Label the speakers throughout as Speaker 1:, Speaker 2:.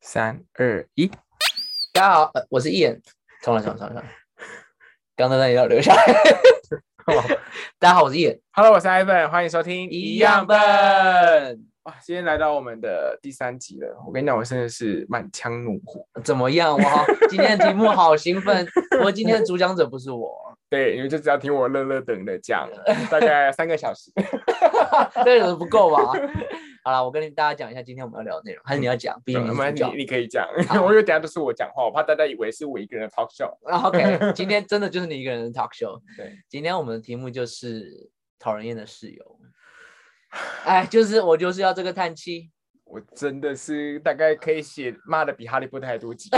Speaker 1: 三二 一，
Speaker 2: 大家好，呃我是 Ian，重来，重来，重来，重来刚才那里要留下来。 大家好，我是 Ian，
Speaker 1: 哦 Hello，我是 Ivan，欢迎收听笨。
Speaker 2: 笨，
Speaker 1: 哇，今天来到我们的第三集了，我跟你讲，我真的是满腔怒火。
Speaker 2: 怎么样？我好，今天的题目好兴 奋，我今天的主讲者不是我，
Speaker 1: 对，你们就只要听我乐乐等的讲，大概三个小时。
Speaker 2: 这个不够吧？好了，我跟大家讲一下今天我们要聊的内容，还是你要讲？毕竟你是
Speaker 1: 没
Speaker 2: 主
Speaker 1: 关系
Speaker 2: 角
Speaker 1: 你。你可以讲，
Speaker 2: 好
Speaker 1: 我因为等下都是我讲话，我怕大家以为是我一个人的 talk show。
Speaker 2: 啊 OK，今天真的就是你一个人的 talk show。
Speaker 1: 对，
Speaker 2: 今天我们的题目就是讨人厌的室友。哎，就是我就是要这个叹气。
Speaker 1: 我真的是大概可以写骂的比哈利波特还 多集。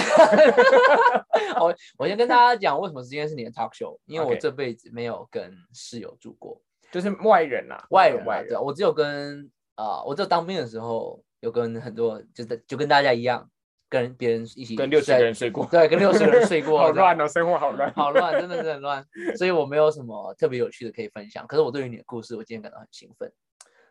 Speaker 2: 我我先跟大家讲，为什么今天是你的 talk show？因为我
Speaker 1: OK
Speaker 2: 这辈子没有跟室友住过，
Speaker 1: 就是外人啦、
Speaker 2: 外人
Speaker 1: 外
Speaker 2: 啊，
Speaker 1: 人
Speaker 2: 对，。我只有跟啊、我只有当兵的时候有跟很多，就是就跟大家一样，跟别人一起
Speaker 1: 跟六十
Speaker 2: 睡
Speaker 1: 个人睡过，
Speaker 2: 对，跟六十个人睡过，
Speaker 1: 好
Speaker 2: 这样
Speaker 1: 乱哦，生活好乱。
Speaker 2: 好乱，真的是很乱，所以我没有什么特别有趣的可以分享。可是我对于你的故事，我今天感到很兴奋。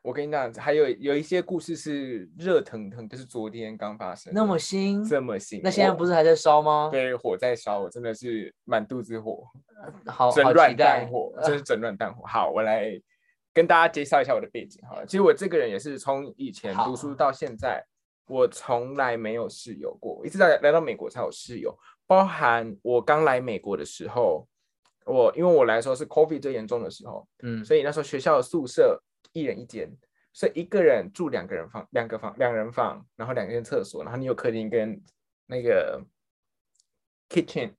Speaker 1: 我跟你讲，还有有一些故事是热腾腾，就是昨天刚发生的，
Speaker 2: 那么新，
Speaker 1: 这么新，
Speaker 2: 那现在
Speaker 1: 我
Speaker 2: 不是还在烧吗？
Speaker 1: 对火在烧，我真的是满肚子火，
Speaker 2: 好，
Speaker 1: 整
Speaker 2: 哦好期
Speaker 1: 乱
Speaker 2: 待
Speaker 1: 蛋。火，
Speaker 2: 呃
Speaker 1: 真是整乱蛋火。好，我来跟大家介绍一下我的背景好了。其实我这个人也是从以前
Speaker 2: 好
Speaker 1: 读书到现在，我从来没有室友过，一直到来到美国才有室友，包含我刚来美国的时候。我因为我来说是 COVID 最严重的时候，
Speaker 2: 嗯，
Speaker 1: 所以那时候学校的宿舍一人一间，所以一个人住两个人房，两个房，两人房，然后两间厕所，然后你有客厅跟那个 kitchen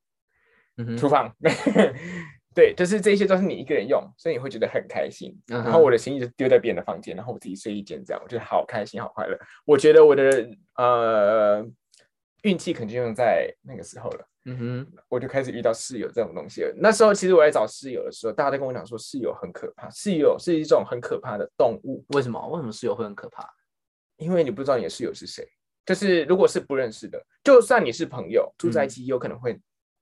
Speaker 2: 嗯
Speaker 1: 厨
Speaker 2: 哼，
Speaker 1: 房， 对，就是这些都是你一个人用，所以你会觉得很开心。
Speaker 2: 然
Speaker 1: 然后我的行李就丢在别人的房间，然后我自己睡一间，这样我觉得好开心，好快乐。我觉得我的呃运气肯定用在那个时候了。
Speaker 2: 嗯哼，
Speaker 1: 我就开始遇到室友这种东西了。那时候其实我来找室友的时候，大家都跟我讲说室友很可怕，室友是一种很可怕的动物，
Speaker 2: 为什么为什么室友会很可怕？
Speaker 1: 因为你不知道你的室友是谁。就是如果是不认识的，就算你是朋友，住在一起有可能会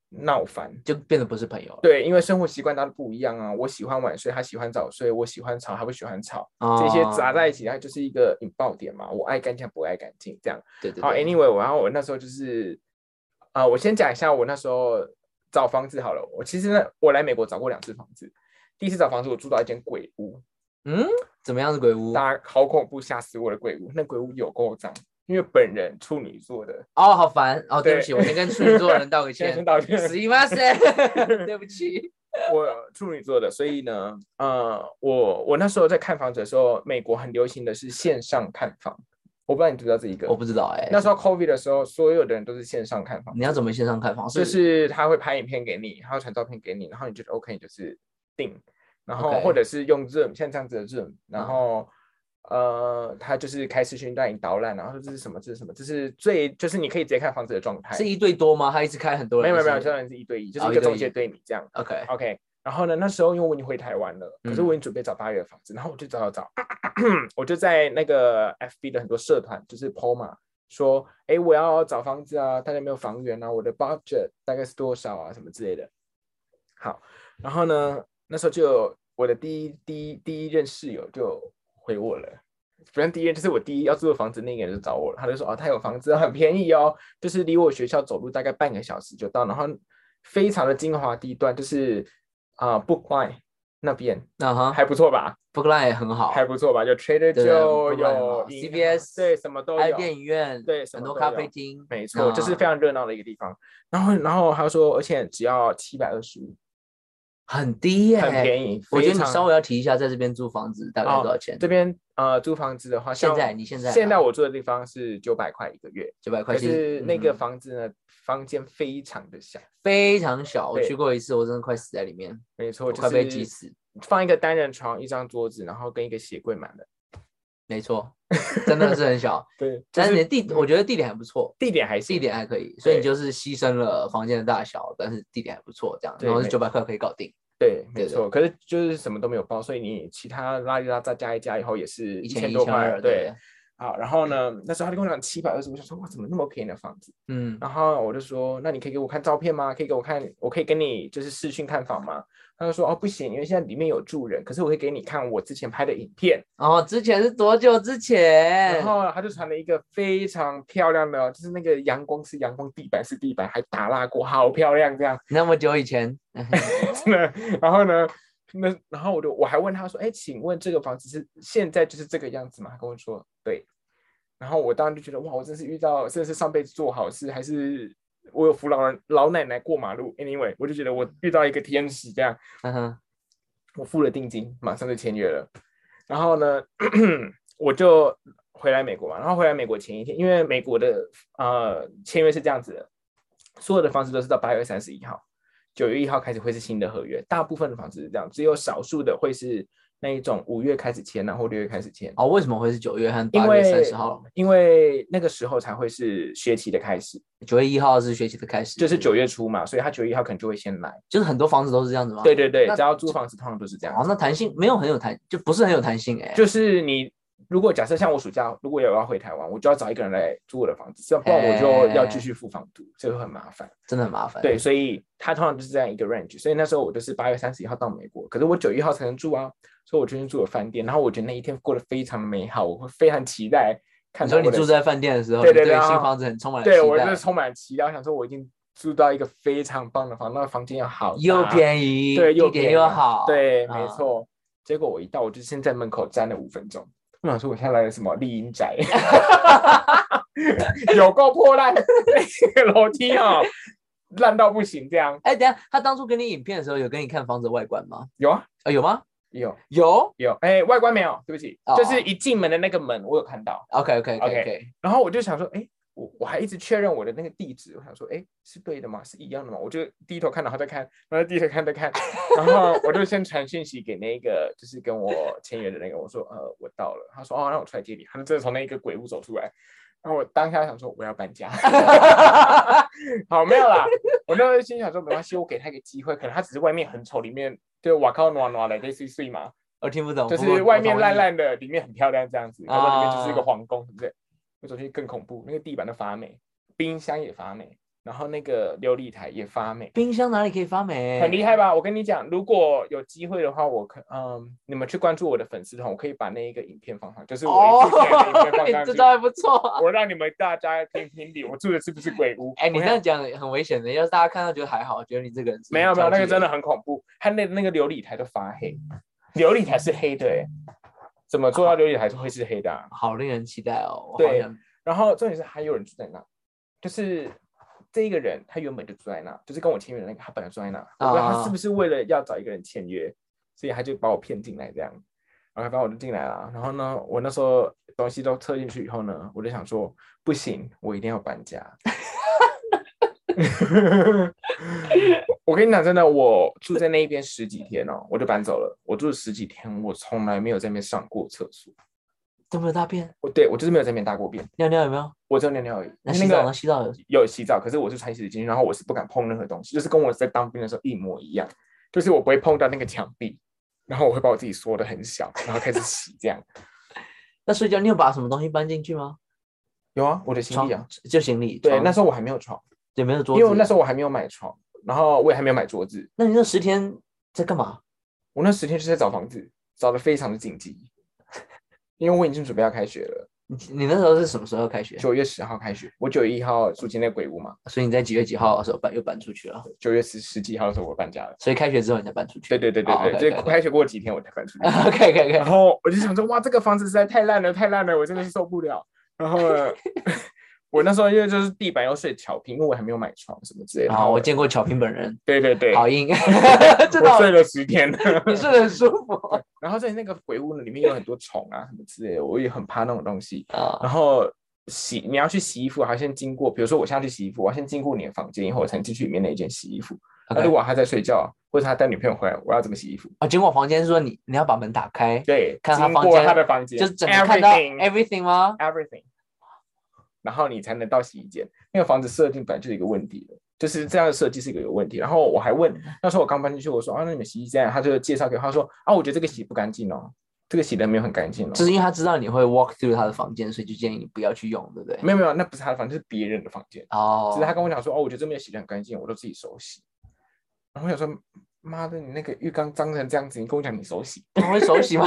Speaker 1: 闹翻。
Speaker 2: 就变得不是朋友了。
Speaker 1: 对，因为生活习惯大家都不一样啊。我喜欢晚睡，他喜欢早睡；我喜欢吵，他不喜欢吵。这些
Speaker 2: 哦
Speaker 1: 杂在一起，它就是一个引爆点嘛。我爱干净，他不爱干净，这样。
Speaker 2: 对对
Speaker 1: 好
Speaker 2: 对
Speaker 1: ，Anyway，我然后我那时候就是，啊、我先讲一下我那时候找房子好了。我其实呢，我来美国找过两次房子。第一次找房子，我住到一间鬼屋，
Speaker 2: 嗯，怎么样是鬼屋？
Speaker 1: 大家好恐怖，吓死我的鬼屋。那鬼屋有够脏，因为本人处女座的，
Speaker 2: 哦，好烦哦，对不
Speaker 1: 对
Speaker 2: 起，我先跟处女座的人道 个
Speaker 1: 先
Speaker 2: 歉
Speaker 1: 先，道歉。
Speaker 2: 死一妈 塞，对不起。
Speaker 1: 我处女座的，所以呢，呃，我我那时候在看房子的时候，美国很流行的是线上看房，我不知道你知不知道这一个
Speaker 2: 我。不知道哎、
Speaker 1: 那时候 COVID 的时候，所有的人都是线上看房。
Speaker 2: 你要怎么线上看房？
Speaker 1: 就是他会拍影片给你，他会传照片给你，然后你觉得 OK，你就是定，然后
Speaker 2: OK
Speaker 1: 或者是用 Zoom 像这样子的 Zoom，然
Speaker 2: 嗯
Speaker 1: 后、呃，他就是开视讯带你导览，然后说这是什么，这是什么，这是最就是你可以直接看房子的状态，
Speaker 2: 是一对多吗？他一直开很多
Speaker 1: 没
Speaker 2: 人，
Speaker 1: 有没有没有，
Speaker 2: 还是
Speaker 1: 当然是一对一，就
Speaker 2: 哦
Speaker 1: 是一
Speaker 2: 一
Speaker 1: 个
Speaker 2: 对
Speaker 1: 中介
Speaker 2: 一
Speaker 1: 对你这样
Speaker 2: OK，
Speaker 1: ，OK。然后呢，那时候因为我已经回台湾了，可是
Speaker 2: 嗯
Speaker 1: 我已经准备找八月的房子，然后我就找找 找，我就在那个 FB 的很多社团，就是 PO 嘛，说，哎，我要找房子啊，大家有没有房源啊？我的 budget 大概是多少啊？什么之类的。好，然后呢，那时候就有我的第一第一第一任室友就回我了，反正第一任就是我第一要住的房子那个人就找我了，他就说，哦，他有房子很便宜哦，就是离我学校走路大概半个小时就到，然后非常的精华地段，就是啊、Bookline 那边
Speaker 2: 那哈
Speaker 1: 还不错吧？
Speaker 2: ，Bookline 也很好，
Speaker 1: 还不错吧？有 Trader
Speaker 2: 对
Speaker 1: Joe，
Speaker 2: 不然
Speaker 1: 有
Speaker 2: 嘛
Speaker 1: 银行
Speaker 2: CVS
Speaker 1: 对，什么都
Speaker 2: 还
Speaker 1: 有
Speaker 2: 有，电影院，
Speaker 1: 对，什
Speaker 2: 很
Speaker 1: 么
Speaker 2: 多
Speaker 1: 都
Speaker 2: 咖
Speaker 1: 有
Speaker 2: 啡，厅，啊
Speaker 1: 没错，就是
Speaker 2: 那
Speaker 1: 非常热闹的一个地方。然后，然后他说，而且只要七百二十五，
Speaker 2: 很低耶、
Speaker 1: 很便宜。
Speaker 2: 我觉得
Speaker 1: 非
Speaker 2: 你
Speaker 1: 常
Speaker 2: 稍微要提一下，在这边租房子大概
Speaker 1: 哦
Speaker 2: 多少钱？
Speaker 1: 这边呃租房子的话，
Speaker 2: 现
Speaker 1: 像
Speaker 2: 在你现在
Speaker 1: 现在
Speaker 2: 啊
Speaker 1: 我住的地方是九百块一个月，
Speaker 2: 九百块
Speaker 1: 可
Speaker 2: 钱，
Speaker 1: 是那个
Speaker 2: 嗯
Speaker 1: 房子呢，房间非常的小，
Speaker 2: 非常小，我
Speaker 1: 对
Speaker 2: 去过一次，我真的快死在里面，
Speaker 1: 没错，
Speaker 2: 我
Speaker 1: 就
Speaker 2: 快被挤
Speaker 1: 是
Speaker 2: 死。
Speaker 1: 放一个单人床、一张桌子，然后跟一个鞋柜满了。
Speaker 2: 没错，真的是很小，
Speaker 1: 对，
Speaker 2: 但是你
Speaker 1: 是嗯
Speaker 2: 的地，我觉得地点还不错，
Speaker 1: 地点还行
Speaker 2: 地点还可以，所以你
Speaker 1: 对
Speaker 2: 就是牺牲了房间的大小，但是地点还不错，这样，
Speaker 1: 对
Speaker 2: 然后是
Speaker 1: 没
Speaker 2: 九百块可以搞定，
Speaker 1: 对，
Speaker 2: 对
Speaker 1: 没
Speaker 2: 对
Speaker 1: 错。可是就是什么都没有包，所以你其他拉里拉扎加一加以后也是
Speaker 2: 一
Speaker 1: 一
Speaker 2: 千
Speaker 1: 千
Speaker 2: 一
Speaker 1: 多
Speaker 2: 千
Speaker 1: 块
Speaker 2: 二，
Speaker 1: 了。对，，好，然后呢，那时候他就跟我讲七百二十，我想说哇，怎么那么便宜的房子？
Speaker 2: 嗯，
Speaker 1: 然后我就说，那你可以给我看照片吗？可以给我看，我可以跟你就是视讯看房吗？他就说哦，不行，因为现在里面有住人，可是我可以给你看我之前拍的影片。
Speaker 2: 哦，之前是多久之前？
Speaker 1: 然后他就传了一个非常漂亮的，就是那个阳光是阳光，地板是地板，还打蜡过，好漂亮这样。
Speaker 2: 那么久以前，嗯
Speaker 1: 真的。然后呢，那然后我就我还问他说，哎，请问这个房子是现在就是这个样子吗？他跟我说对。然后我当时就觉得哇，我真是遇到，真的是上辈子做好事，还是我有扶老人老奶奶过马路。Anyway，我就觉得我遇到一个天使这样。
Speaker 2: 嗯哼，
Speaker 1: 我付了定金，马上就签约了。然后呢， 我就回来美国嘛。然后回来美国前一天，因为美国的呃签约是这样子的，所有的房子都是到八月三十一号，九月一号开始会是新的合约。大部分的房子是这样，只有少数的会是那一种五月开始签，然后六月开始签。
Speaker 2: 哦，为什么会是九月和
Speaker 1: 因
Speaker 2: 八
Speaker 1: 为
Speaker 2: 月三十号？
Speaker 1: 因为那个时候才会是学期的开始，
Speaker 2: 九月一号是学期的开始，
Speaker 1: 就是，九月初嘛，所以他九月一号可能就会先来。
Speaker 2: 就是很多房子都是这样子吗？
Speaker 1: 对。对对，
Speaker 2: 嗯那
Speaker 1: 只要租房子通常都是这样
Speaker 2: 哦，。那弹性没有很有弹，就不是很有弹性哎、
Speaker 1: 就是你如果假设像我暑假如果有要回台湾，我就要找一个人来租我的房子，不然我就
Speaker 2: 哎
Speaker 1: 要继续付房租，这个很麻烦。
Speaker 2: 真的很麻烦。
Speaker 1: 对，，所以他通常就是这样一个 range。所以那时候我就是八月三十一号到美国，可是我九一号才能住啊，所以我就去住了饭店。然后我觉得那一天过得非常美好，我会非常期待看
Speaker 2: 你
Speaker 1: 到
Speaker 2: 说你
Speaker 1: 我的
Speaker 2: 住在饭店的时候，
Speaker 1: 对对
Speaker 2: 你
Speaker 1: 对
Speaker 2: 新
Speaker 1: 然后
Speaker 2: 房子很充满了
Speaker 1: 对
Speaker 2: 期
Speaker 1: 我
Speaker 2: 待
Speaker 1: 就是充满了期待，我想说我已经住到一个非常棒的房，那个房间要好大，
Speaker 2: 又便宜，
Speaker 1: 啊对，又
Speaker 2: 地点
Speaker 1: 便宜
Speaker 2: 又
Speaker 1: 嘛
Speaker 2: 好，
Speaker 1: 对，
Speaker 2: 啊
Speaker 1: 没错。结果我一到，我就先在门口站了五分钟。我想说，我现在来了什么丽英宅， 有够破 烂，那个楼梯哦，烂到不行。这样
Speaker 2: 哎、等一下，他当初给你影片的时候，有给你看房子的外观吗？
Speaker 1: 有啊，
Speaker 2: 啊、有吗？
Speaker 1: 有
Speaker 2: 有
Speaker 1: 有，哎，外观没有，对不起
Speaker 2: 哦，
Speaker 1: 就是一进门的那个门，我有看到。
Speaker 2: ，OK OK OK
Speaker 1: OK
Speaker 2: OK，
Speaker 1: 然后我就想说，哎，我我还一直确认我的那个地址，我想说，哎，是对的吗？是一样的吗？我就低头看，然后再看，然后低头看，再看，然后我就先传讯息给那个就是跟我签约的那个，我说，呃，我到了。他说，哦，让我出来接你。他就真的从那一个鬼屋走出来。然后我当下想说，我要搬家。 好，没有啦。我那时候心想说，没关系，我给他一个机会，可能他只是外面很丑，里面就瓦靠暖暖的，类似于碎嘛。
Speaker 2: 我听不懂，
Speaker 1: 就
Speaker 2: 哦不过
Speaker 1: 是外面
Speaker 2: 我同意
Speaker 1: 烂，烂的，里面很漂亮这样子，然后里面就是一个
Speaker 2: 啊
Speaker 1: 皇宫，对不对？我走进去更恐怖，那个地板都发霉，冰箱也发霉，然后那个琉璃台也发霉，
Speaker 2: 冰箱哪里可以发霉？
Speaker 1: 很厉害吧？我跟你讲，如果有机会的话，我可嗯，你们去关注我的粉丝团，我可以把那一个影片放上，就是我
Speaker 2: 哦
Speaker 1: 住的 影片，放
Speaker 2: 你
Speaker 1: 上去
Speaker 2: 这招还不错啊。
Speaker 1: 我让你们大家评评理，我住的是不是鬼屋？
Speaker 2: 哎、你
Speaker 1: 我
Speaker 2: 这
Speaker 1: 想
Speaker 2: 样讲很危险的，要是大家看到觉得还好，觉得你这个人是
Speaker 1: 没有没有，那个真
Speaker 2: 的
Speaker 1: 的很恐怖，它那那个琉璃台都发黑，琉璃台是黑的、欸，怎么做到琉璃台是会是黑的、啊？
Speaker 2: 好令人期待哦。我好
Speaker 1: 对
Speaker 2: 想
Speaker 1: 然后重点是还有人住在那，就是这一个人他原本就住在那，就是跟我签约的那个，他本来住在那，我不知道
Speaker 2: 啊
Speaker 1: 他是不是为了要找一个人签约，所以他就把我骗进来这样，然后反正我就进来了。然后呢，我那时候东西都撤进去以后呢，我就想说不行，我一定要搬家。 我跟你讲，真的，我住在那一边十几天哦，我就搬走了。我住了十几天，我从来没有在那边上过厕所。
Speaker 2: 都没有大便，
Speaker 1: 我对我就是没有在那边大过便，
Speaker 2: 尿尿有没有？
Speaker 1: 我只有尿尿而已。
Speaker 2: 那
Speaker 1: 因
Speaker 2: 洗
Speaker 1: 为
Speaker 2: 澡
Speaker 1: 个
Speaker 2: 呢？洗澡有
Speaker 1: 有洗澡，可是我是穿洗澡巾，然后我是不敢碰任何东西，就是跟我在当兵的时候一模一样，就是我不会碰到那个墙壁，然后我会把我自己缩的很小，然后开始洗这样。
Speaker 2: 那睡觉你有把什么东西搬进去吗？
Speaker 1: 有啊，我的行李啊，
Speaker 2: 就行李。
Speaker 1: 对，
Speaker 2: 床
Speaker 1: 那时候我还没有床，
Speaker 2: 也没有桌
Speaker 1: 因
Speaker 2: 子。
Speaker 1: 为我那时候我还没有买床，然后我也还没有买桌子，
Speaker 2: 那你那十天在干嘛？
Speaker 1: 我那十天就是在找房子，找的非常的紧急， 因为我已经准备要开学了，
Speaker 2: 你你那时候是什么时候开学？
Speaker 1: 九月十号开学，我九月一号住进那鬼屋嘛，
Speaker 2: 所以你在几月几号的时候搬又搬出去了？
Speaker 1: 九月十十几号的时候我搬家了，
Speaker 2: 所以开学之后你才搬出去。
Speaker 1: 对对对对
Speaker 2: 哦
Speaker 1: 对，
Speaker 2: ，OK，OK，OK
Speaker 1: 就是开学过几天我才搬出去。
Speaker 2: OK OK
Speaker 1: 然
Speaker 2: OK，
Speaker 1: 后我就想说，哇，这个房子实在太烂了，太烂了，我真的是受不了。然 后呢我那时候因为就是地板要睡草坪，因为我还没有买床什么之类的。
Speaker 2: 然
Speaker 1: 然后
Speaker 2: 啊后我见过乔平本人，
Speaker 1: 对对对，
Speaker 2: 好 硬，这
Speaker 1: 我
Speaker 2: 倒
Speaker 1: 睡了十天。
Speaker 2: 你睡得很舒 服
Speaker 1: 然后在那个鬼屋里面有很多虫啊什么之类的，我也很怕那种东西。
Speaker 2: 啊。
Speaker 1: 然后洗你要去洗衣服，还要先经过，比如说我现在去洗衣服，我要先经过你的房间，以后我才能进去里面那一间洗衣服。那
Speaker 2: OK
Speaker 1: 如果他在睡觉，或者他带女朋友回来，我要怎么洗衣服？
Speaker 2: 啊，经过房间说你你要把门打开，
Speaker 1: 对，
Speaker 2: 看他
Speaker 1: 经
Speaker 2: 房
Speaker 1: 过
Speaker 2: 间
Speaker 1: 他的房间，
Speaker 2: 就是整个看到
Speaker 1: everything
Speaker 2: everything 吗？
Speaker 1: everything，然后你才能到洗衣间。那个房子设定本来就是一个问题的，就是这样的设计是一个有问题。然后我还问，那时候我刚搬进去，我说啊，那你们洗衣间啊，他就介绍给我，他说啊，我觉得这个洗不干净哦，这个洗的没有很干净哦。
Speaker 2: 就是因为他知道你会 walk through 他的房间，所以就建议你不要去用，对不对？
Speaker 1: 没有没有，那不是他的房间，是别人的房间。
Speaker 2: 哦，
Speaker 1: 只是他跟我讲说，哦，我觉得这边洗的很干净，我都自己手洗。然后我想说，妈的，你那个浴缸脏成这样子，你跟我讲你手洗，
Speaker 2: 他会手洗吗？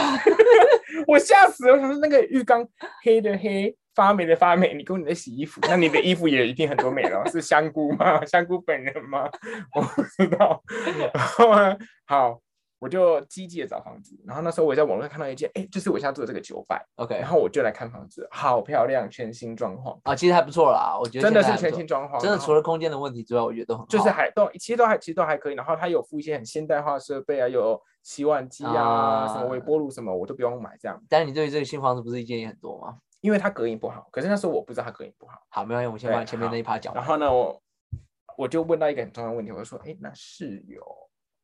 Speaker 1: 我吓死了。我想说，那个浴缸黑的黑，发霉的发霉，你跟你在洗衣服，那你的衣服也一定很多霉了，是香菇吗？ 香菇本人吗？ 我不知道。 然后呢，好，我就积极的找房子。然后那时候我在网络上看到一件，哎，就是我现在做的这个九百，
Speaker 2: OK，
Speaker 1: 然后我就来看房子，好漂亮，全新装潢，
Speaker 2: 啊，其实还不错啦，我觉得
Speaker 1: 真的
Speaker 2: 现
Speaker 1: 是
Speaker 2: 在还
Speaker 1: 全
Speaker 2: 不
Speaker 1: 新装潢，
Speaker 2: 错，真的
Speaker 1: 然后
Speaker 2: 除了哦空间的问题之外，我觉得都很好
Speaker 1: 就是还都其实都还其实都还可以，然后它有附一些很现代化设备啊，有洗碗机啊，
Speaker 2: 啊
Speaker 1: 什么微波炉什么，我都不用买这样，
Speaker 2: 但是你对于这个新房子不是建议很多吗？
Speaker 1: 因为它隔音不好。可是那时候我不知道它隔音不好，
Speaker 2: 好，没关系，我们先把
Speaker 1: 对
Speaker 2: 前面
Speaker 1: 好
Speaker 2: 那一趴讲
Speaker 1: 然
Speaker 2: 完。
Speaker 1: 后呢，我我就问到一个很重要的问题，我就说，哎，那室友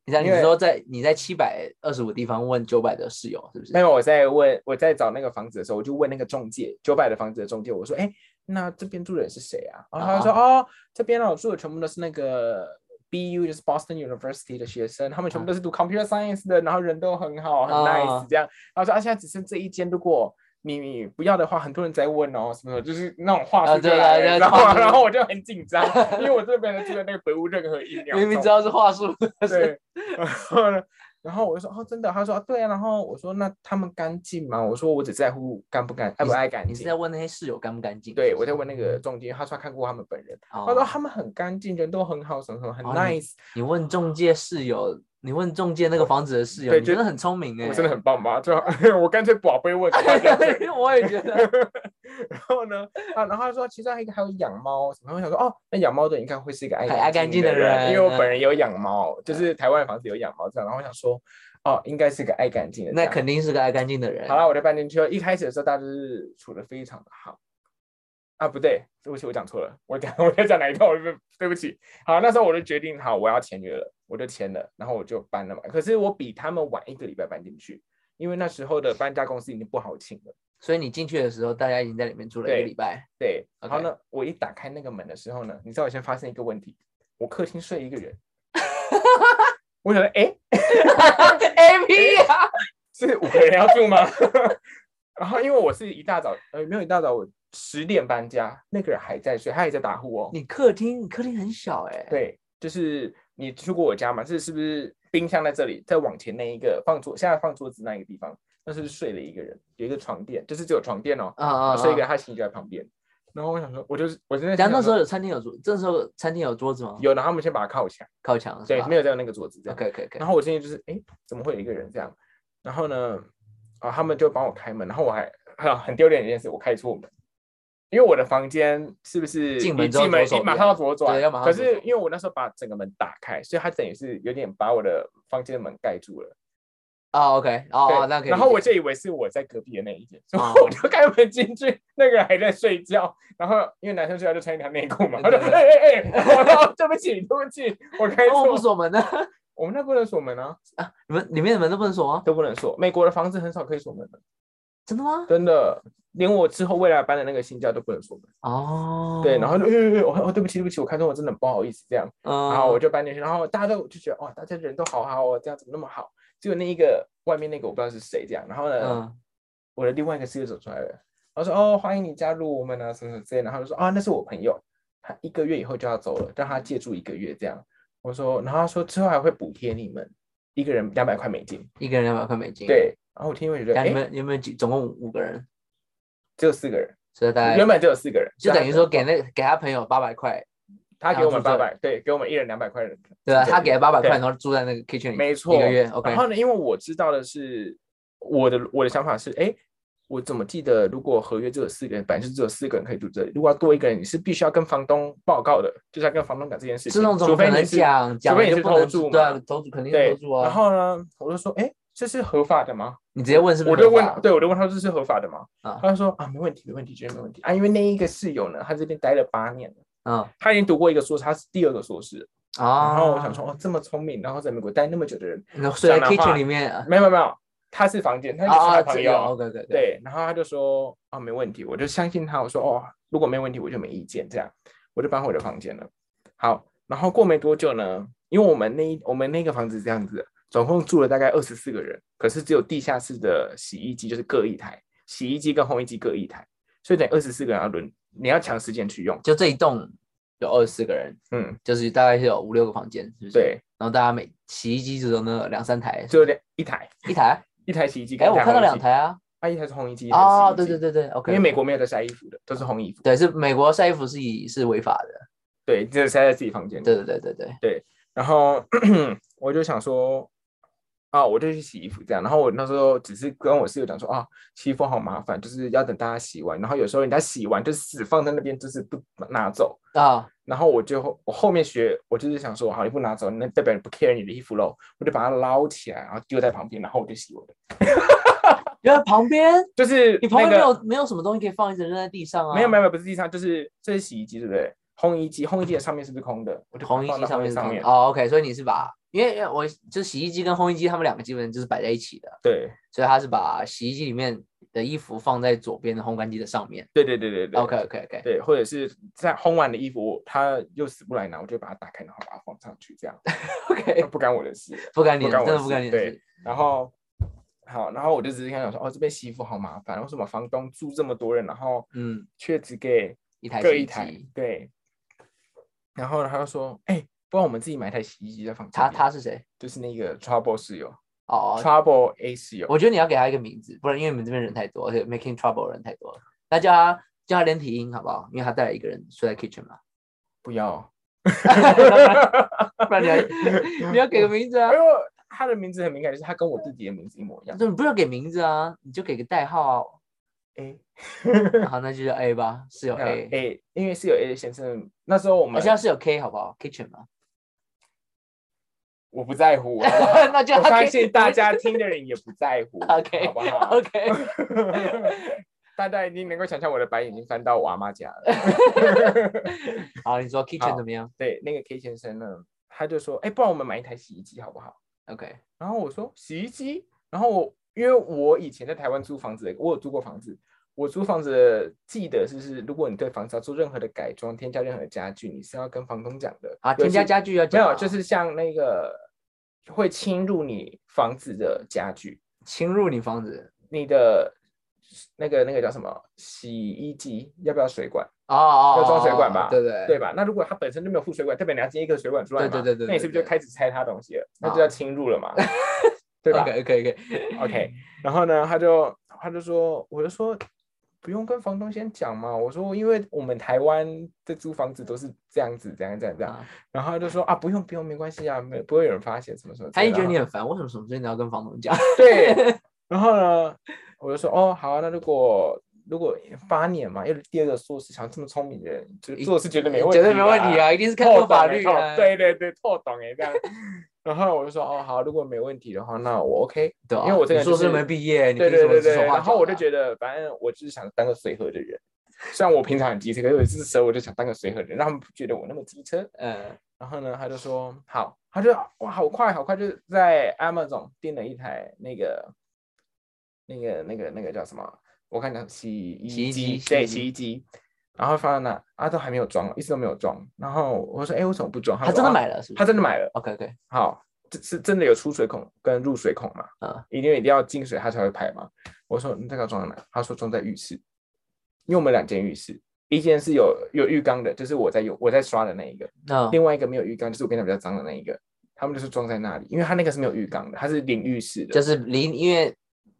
Speaker 2: 你像你
Speaker 1: 因为
Speaker 2: 说在你在七百二十五地方问九百的室友是不是
Speaker 1: 那？个我在问我在找那个房子的时候，我就问那个中介九百的房子的中介，我说，哎，那这边住的人是谁啊？然后他就说，哦，这边啊住的全部都是那个。BU 就是 Boston University 的学生，他们全部都是读 computer science 的，然后人都很好，很
Speaker 2: 啊
Speaker 1: nice 这样。然后说啊，现在只剩这一间，如果你你不要的话，很多人在问哦，什么的，就是那种话
Speaker 2: 啊
Speaker 1: 术就
Speaker 2: 对
Speaker 1: 来
Speaker 2: 对
Speaker 1: 了，
Speaker 2: 对
Speaker 1: 然
Speaker 2: 话
Speaker 1: 后
Speaker 2: 术
Speaker 1: 然后我就很紧张，因为我这边的这个那个回屋任何一秒，
Speaker 2: 明明知道是话术，但是
Speaker 1: 对， 然后呢，然后我就说哦，真的，他说、啊、对啊，然后我说那他们干净吗？我说我只在乎干不干，爱不爱干
Speaker 2: 你是在
Speaker 1: 净。
Speaker 2: 问那些室友干不干净？
Speaker 1: 对，我在问那个中介，他说他看过他们本人，
Speaker 2: 哦。
Speaker 1: 他说他们很干净，人都很好，什么什么很
Speaker 2: 哦
Speaker 1: nice，
Speaker 2: 你问中介室友，你问中介那个房子的室友，
Speaker 1: 对
Speaker 2: 你哎
Speaker 1: 就
Speaker 2: 真的很聪明哎、
Speaker 1: 我真的很棒吧？就 我干脆宝贝问，搞不好这样 子
Speaker 2: 我也觉得，
Speaker 1: 然后呢，啊，然后他说其实还有一个还有养猫什么，我想说哦，那养猫的人应该会是一个爱
Speaker 2: 很爱干净
Speaker 1: 的
Speaker 2: 的人
Speaker 1: 因为我
Speaker 2: 嗯
Speaker 1: 本人有养猫，就是台湾房子有养猫这样，然后我想说哦，应该是个爱干净的这
Speaker 2: 那
Speaker 1: 样，
Speaker 2: 肯定是个爱干净的人。
Speaker 1: 好了，我就搬进去了。一开始的时候，大家就是处的非常的好。啊，不对，对不起，我讲错了，我讲 我在讲哪一段？我对对不起。好，那时候我就决定，好，我要签约了，我就签了，然后我就搬了嘛。可是我比他们晚一个礼拜搬进去，因为那时候的搬家公司已经不好请了。
Speaker 2: 所以你进去的时候，大家已经在里面住了一个
Speaker 1: 对
Speaker 2: 礼拜。
Speaker 1: 对，然后
Speaker 2: OK
Speaker 1: 呢，我一打开那个门的时候呢，你知道我先发现一个问题，我客厅睡一个人。我想说，哎、
Speaker 2: A P 啊，
Speaker 1: 是五个人要住吗？ 然后因为我是一大早，呃，没有一大早，我十点搬家，那个人还在睡，他也在打呼哦。
Speaker 2: 你客厅，你客厅很小哎、，
Speaker 1: 对，就是你去过我家嘛？这是不是冰箱在这里？再往前那一个放桌，现在放桌子那一个地方，那是睡了一个人，有一个床垫，就是只有床垫哦，
Speaker 2: 啊啊
Speaker 1: 然后睡一个人，
Speaker 2: 啊
Speaker 1: 他行李就在旁边。然后我想说，我就是我真的
Speaker 2: 然
Speaker 1: 想
Speaker 2: 后那时
Speaker 1: 说
Speaker 2: 候有餐厅有桌，这时候餐厅有桌子吗？，
Speaker 1: 有，然后他们先把它靠墙，
Speaker 2: 靠墙是
Speaker 1: 对，
Speaker 2: 吧
Speaker 1: 没有再有那个桌子这样。
Speaker 2: ？OK OK OK，
Speaker 1: 然后我现在就是，哎，怎么会有一个人这样？然后呢，啊，他们就帮我开门，然后我还很很丢脸的一件事，我开错门，因为我的房间是不是
Speaker 2: 进门
Speaker 1: 一
Speaker 2: 之后
Speaker 1: 进门
Speaker 2: 左手
Speaker 1: 一马
Speaker 2: 边
Speaker 1: 上要左转，
Speaker 2: 对要马上
Speaker 1: 可
Speaker 2: 左
Speaker 1: 是
Speaker 2: 转
Speaker 1: 因为我那时候把整个门打开，所以他等于是有点把我的房间的门盖住了。
Speaker 2: 哦 OK，哦
Speaker 1: 对
Speaker 2: 哦那可以理解。
Speaker 1: 然后我就以为是我在隔壁的那一间，所以
Speaker 2: 哦
Speaker 1: 我就开门进去，那个人还在睡觉。然后因为男生睡觉就穿一条内裤嘛，他就
Speaker 2: 对对对
Speaker 1: 哎哎哎，我说对不起对不起，我开
Speaker 2: 哦
Speaker 1: 错，
Speaker 2: 不锁门呢？
Speaker 1: 我们那不能锁门啊，
Speaker 2: 啊， 你们里面的门都不能锁吗？
Speaker 1: 都不能锁。美国的房子很少可以锁门的。
Speaker 2: 真的吗？
Speaker 1: 真的，连我之后未来搬的那个新家都不能说门。
Speaker 2: 哦，
Speaker 1: 对，然后就，哎哎哎我、哦、对不起，对不起，我看错，我真的很不好意思这样。
Speaker 2: 嗯，
Speaker 1: 然后我就搬进去，然后大家都就觉得，哇，哦大家人都好好哦，这样怎么那么好？只有那一个外面那个我不知道是谁这样。然后呢，
Speaker 2: 嗯，
Speaker 1: 我的另外一个室友走出来了，然后说，哦，欢迎你加入我们啊，什么什么之类的。然后就说，啊，那是我朋友，他一个月以后就要走了，让他借住一个月这样。我说，然后他说之后还会补贴你们一个人两百块美金。
Speaker 2: 一个人两百块美金。。
Speaker 1: 对，然后我听我就觉得，
Speaker 2: 然
Speaker 1: 哎
Speaker 2: 后你，们有没有几？总共五五个人，
Speaker 1: 只有四个人，
Speaker 2: 所以大概
Speaker 1: 原本只有四个人，
Speaker 2: 就等于说
Speaker 1: 给。
Speaker 2: 给那给他朋友八百块，
Speaker 1: 他给我们
Speaker 2: 然
Speaker 1: 八
Speaker 2: 后
Speaker 1: 百，对，给我们一人两百块人，
Speaker 2: 对吧？他给八百
Speaker 1: 对
Speaker 2: 块，然后住在那个 kitchen 里，
Speaker 1: 没错
Speaker 2: 嗯一个月 OK
Speaker 1: 然。后呢，因为我知道的是，我的我的想法是，哎，我怎么记得，如果合约只有四个人，本来就只有四个人可以住这里，如果要多一个人，你是必须要跟房东报告的，就是要跟房东讲这件事
Speaker 2: 这
Speaker 1: 情，
Speaker 2: 种怎
Speaker 1: 除
Speaker 2: 么
Speaker 1: 非
Speaker 2: 可
Speaker 1: 你
Speaker 2: 能
Speaker 1: 是
Speaker 2: 讲？讲了
Speaker 1: 非你
Speaker 2: 就是不
Speaker 1: 偷
Speaker 2: 能
Speaker 1: 住
Speaker 2: 住对啊
Speaker 1: 嘛，
Speaker 2: 投注肯定是
Speaker 1: 对
Speaker 2: 投注，啊。
Speaker 1: 然后呢，我就说，哎，这是合法的吗？
Speaker 2: 你直接问是不是
Speaker 1: 我
Speaker 2: 合法？
Speaker 1: 就问，对，我就问他这是合法的吗？
Speaker 2: 啊
Speaker 1: 他就说啊，没问题，没问题，绝对没问题啊，因为那一个室友呢，他这边待了八年了，
Speaker 2: 嗯
Speaker 1: 他已经读过一个硕士，他是第二个硕士了，
Speaker 2: 啊，
Speaker 1: 然后我想说，哦，这么聪明，然后在美国待那么久的人。
Speaker 2: 然哦后睡在
Speaker 1: 讲的话
Speaker 2: kitchen 里面啊
Speaker 1: 没有没有没有，他是房间，他是
Speaker 2: 啊
Speaker 1: 他
Speaker 2: 啊，
Speaker 1: 朋
Speaker 2: 这
Speaker 1: 友。
Speaker 2: 个 OK OK
Speaker 1: 对，然后他就说啊、没问题，我就相信他。我说哦，如果没问题，我就没意见。这样，我就搬回我的房间了。好，然后过没多久呢，因为我们那一我们那个房子是这样子的，总共住了大概二十四个人，可是只有地下室的洗衣机就是各一台，洗衣机跟烘衣机各一台，所以等于二十四个人要轮，你要抢时间去用。
Speaker 2: 就这一栋有二十四个人，
Speaker 1: 嗯，
Speaker 2: 就是大概是有五六个房间，是不是？。
Speaker 1: 对，
Speaker 2: 然后大家每洗衣机只有那两三台，
Speaker 1: 只有两一台，
Speaker 2: 一台。
Speaker 1: 一台洗衣机。
Speaker 2: 哎，我看到两，台啊。
Speaker 1: 啊，一台是烘衣机，一台是洗衣
Speaker 2: 啊，
Speaker 1: 机
Speaker 2: 对对，对对，OK。
Speaker 1: 因为美国没有在晒衣服的，都是烘衣服。
Speaker 2: 对是美国晒衣服是以是违法的。
Speaker 1: 对，就是塞在自己房间里。
Speaker 2: 对对对对对，
Speaker 1: 然后 我就想说，啊，我就去洗衣服这样。然后我那时候只是跟我室友讲说，啊，洗衣服好麻烦，就是要等大家洗完。然后有时候人家洗完就死放在那边，就是不拿走。
Speaker 2: 啊，
Speaker 1: 然后我就我后面学，我就是想说，好，你不拿走，那代表你不 care 你的衣服喽。我就把它捞起来，然后丢在旁边，然后我就洗我的。
Speaker 2: 原来旁边
Speaker 1: 就是
Speaker 2: 你旁
Speaker 1: 那
Speaker 2: 边没有
Speaker 1: 个
Speaker 2: 没有什么东西可以放，一直扔在地上啊？
Speaker 1: 没有没有没有不是地上，就是这是洗衣机对不对？烘衣机，烘衣机的上面是不是空的？我就把它
Speaker 2: 烘衣
Speaker 1: 放
Speaker 2: 机
Speaker 1: 到
Speaker 2: 上面是
Speaker 1: 上
Speaker 2: 空的
Speaker 1: 面，
Speaker 2: 哦，OK，所以你是把，因为因为我就是洗衣机跟烘衣机，他们两个基本就是摆在一起的，
Speaker 1: 对
Speaker 2: 所以他是把洗衣机里面的衣服放在左边的烘干机的上面。
Speaker 1: 对对对对对
Speaker 2: OK OK OK，
Speaker 1: 对，或者是在烘完的衣服，他又死不来拿，我就把它打开，然后把它放上去，这样
Speaker 2: OK，
Speaker 1: 不干我的事。
Speaker 2: 不干你的
Speaker 1: 不干
Speaker 2: 事，
Speaker 1: 我的
Speaker 2: 真的不干
Speaker 1: 事
Speaker 2: 你的
Speaker 1: 对
Speaker 2: 事。
Speaker 1: 然后好，然后我就只是跟他讲说，哦，这边洗衣服好麻烦，为什么房东住这么多人，然后
Speaker 2: 嗯，
Speaker 1: 却只给
Speaker 2: 一台
Speaker 1: 各
Speaker 2: 洗
Speaker 1: 一
Speaker 2: 衣
Speaker 1: 台
Speaker 2: 机，，
Speaker 1: 对。然后他就说，哎、不然我们自己买台洗衣机在房间
Speaker 2: 他
Speaker 1: 里。
Speaker 2: 他是谁？
Speaker 1: 就是那个 Trouble 室友
Speaker 2: 哦，
Speaker 1: ，Trouble A 室友，
Speaker 2: 我觉得你要给他一个名字，不然因为你们这边人太多，而且 Making Trouble 人太多了，那叫他叫他连体婴好不好？因为他带了一个人睡在 kitchen 嘛，
Speaker 1: 不要。
Speaker 2: 不 然你要 你要给 个名字啊
Speaker 1: 哎。呦，他的名字很敏感，就是他跟我弟弟的名字一模一样。
Speaker 2: 就你不要给名字啊，你就给个代号啊，
Speaker 1: 哎，
Speaker 2: 好，那就叫 A 吧，室友
Speaker 1: 那
Speaker 2: A，
Speaker 1: 呃 A，因为室友 A 先生，那时候我
Speaker 2: 而
Speaker 1: 们
Speaker 2: 且要室友 K 好不好？Kitchen 嘛，
Speaker 1: 我不在乎，好不 好
Speaker 2: 那就
Speaker 1: 我
Speaker 2: 要
Speaker 1: 发
Speaker 2: K-
Speaker 1: 现大家听的人也不在乎
Speaker 2: OK
Speaker 1: 好不好
Speaker 2: OK，
Speaker 1: 大家一定能够想象我的白眼已经翻到我阿妈家了。
Speaker 2: 好，你说 Kitchen
Speaker 1: 好
Speaker 2: 怎么样
Speaker 1: 对，那个 K 先生呢，他就说：“哎，不然我们买一台洗衣机好不好
Speaker 2: ？OK，？”
Speaker 1: 然后我说：“洗衣机。”然后我因为我以前在台湾租房子，我有租过房子。我租房子的记得就是，如果你对房子要做任何的改装，添加任何家具，你是要跟房东讲的
Speaker 2: 好，
Speaker 1: 尤
Speaker 2: 啊添加
Speaker 1: 其
Speaker 2: 家具要
Speaker 1: 没
Speaker 2: 讲
Speaker 1: 有，
Speaker 2: 啊
Speaker 1: 就是像那个会侵入你房子的家具，
Speaker 2: 侵入你房子
Speaker 1: 你的那个那个叫什么洗衣机要不要水管，
Speaker 2: 哦哦，
Speaker 1: 要装水管
Speaker 2: 哦
Speaker 1: 吧
Speaker 2: 对对
Speaker 1: 对吧？那如果它本身就没有附水管，代表你要接一个水管出来嘛，
Speaker 2: 对对对对
Speaker 1: 那你是不是
Speaker 2: 对对
Speaker 1: 就开始拆它东西了？那就
Speaker 2: 好
Speaker 1: 叫侵入了嘛， 对吧
Speaker 2: OK OK OK，
Speaker 1: OK，然后呢，他就他就说，我就说不用跟房东先讲嘛，我说因为我们台湾的租房子都是这样子，这样这样这样，
Speaker 2: 啊
Speaker 1: 然后他就说啊，不用不用，没关系啊，没不会有人发现什么什么之
Speaker 2: 他
Speaker 1: 类
Speaker 2: 一
Speaker 1: 的。
Speaker 2: 觉得你
Speaker 1: 然
Speaker 2: 很烦，为什么什么事情都要跟房东讲？
Speaker 1: 后对， 然后呢，我就说哦，好啊、那如果如果八年嘛，又是第二个硕士，像这么聪明的人，就做事绝对没问题，
Speaker 2: 绝对没问题，啊，一定是看
Speaker 1: 透
Speaker 2: 过
Speaker 1: 懂
Speaker 2: 法
Speaker 1: 欸
Speaker 2: 律
Speaker 1: 透
Speaker 2: 啊，
Speaker 1: 对对对，透懂哎这样。 然后我就说哦好，如果没问题的话，那我 OK，
Speaker 2: 对啊，
Speaker 1: 因为我这个
Speaker 2: 你
Speaker 1: 人
Speaker 2: 硕
Speaker 1: 就
Speaker 2: 士
Speaker 1: 是
Speaker 2: 没毕业，你
Speaker 1: 对
Speaker 2: 凭
Speaker 1: 对
Speaker 2: 什么
Speaker 1: 对
Speaker 2: 指
Speaker 1: 对，
Speaker 2: 手画
Speaker 1: 然后我
Speaker 2: 脚啊
Speaker 1: 就觉
Speaker 2: 的
Speaker 1: 得，反正我就是想当个随和的人。虽然我平常很机车，可是我这时候我就想当个随和的人，让他们不觉得我那么机车。
Speaker 2: 嗯
Speaker 1: 然后呢，他就说好，他就哇，好快好快，就在 Amazon 订了一台那个那个那个那个叫什么？我看讲洗
Speaker 2: 洗
Speaker 1: 衣
Speaker 2: 衣机
Speaker 1: 机，
Speaker 2: 洗衣
Speaker 1: 对，
Speaker 2: 机
Speaker 1: 洗衣机。然后放在那，啊，都还没有装，一直都没有装。然后我说，哎，为什么不装？
Speaker 2: 他
Speaker 1: 说
Speaker 2: 真的，
Speaker 1: 啊
Speaker 2: 买了是不
Speaker 1: 他
Speaker 2: 是
Speaker 1: 真的买了。
Speaker 2: ？OK OK，
Speaker 1: 好，这是真的有出水孔跟入水孔嘛？
Speaker 2: 嗯，
Speaker 1: 一定一定要进水它才会排嘛。我说嗯你这个装在哪？他说装在浴室，因为我们两间浴室，一间是有有浴缸的，就是我在有我在刷的那一个，
Speaker 2: 那
Speaker 1: 另外一个没有浴缸，就是我跟他比较脏的那一个，他们就是装在那里，因为他那个是没有浴缸的，它是淋浴室的，
Speaker 2: 就是离，因为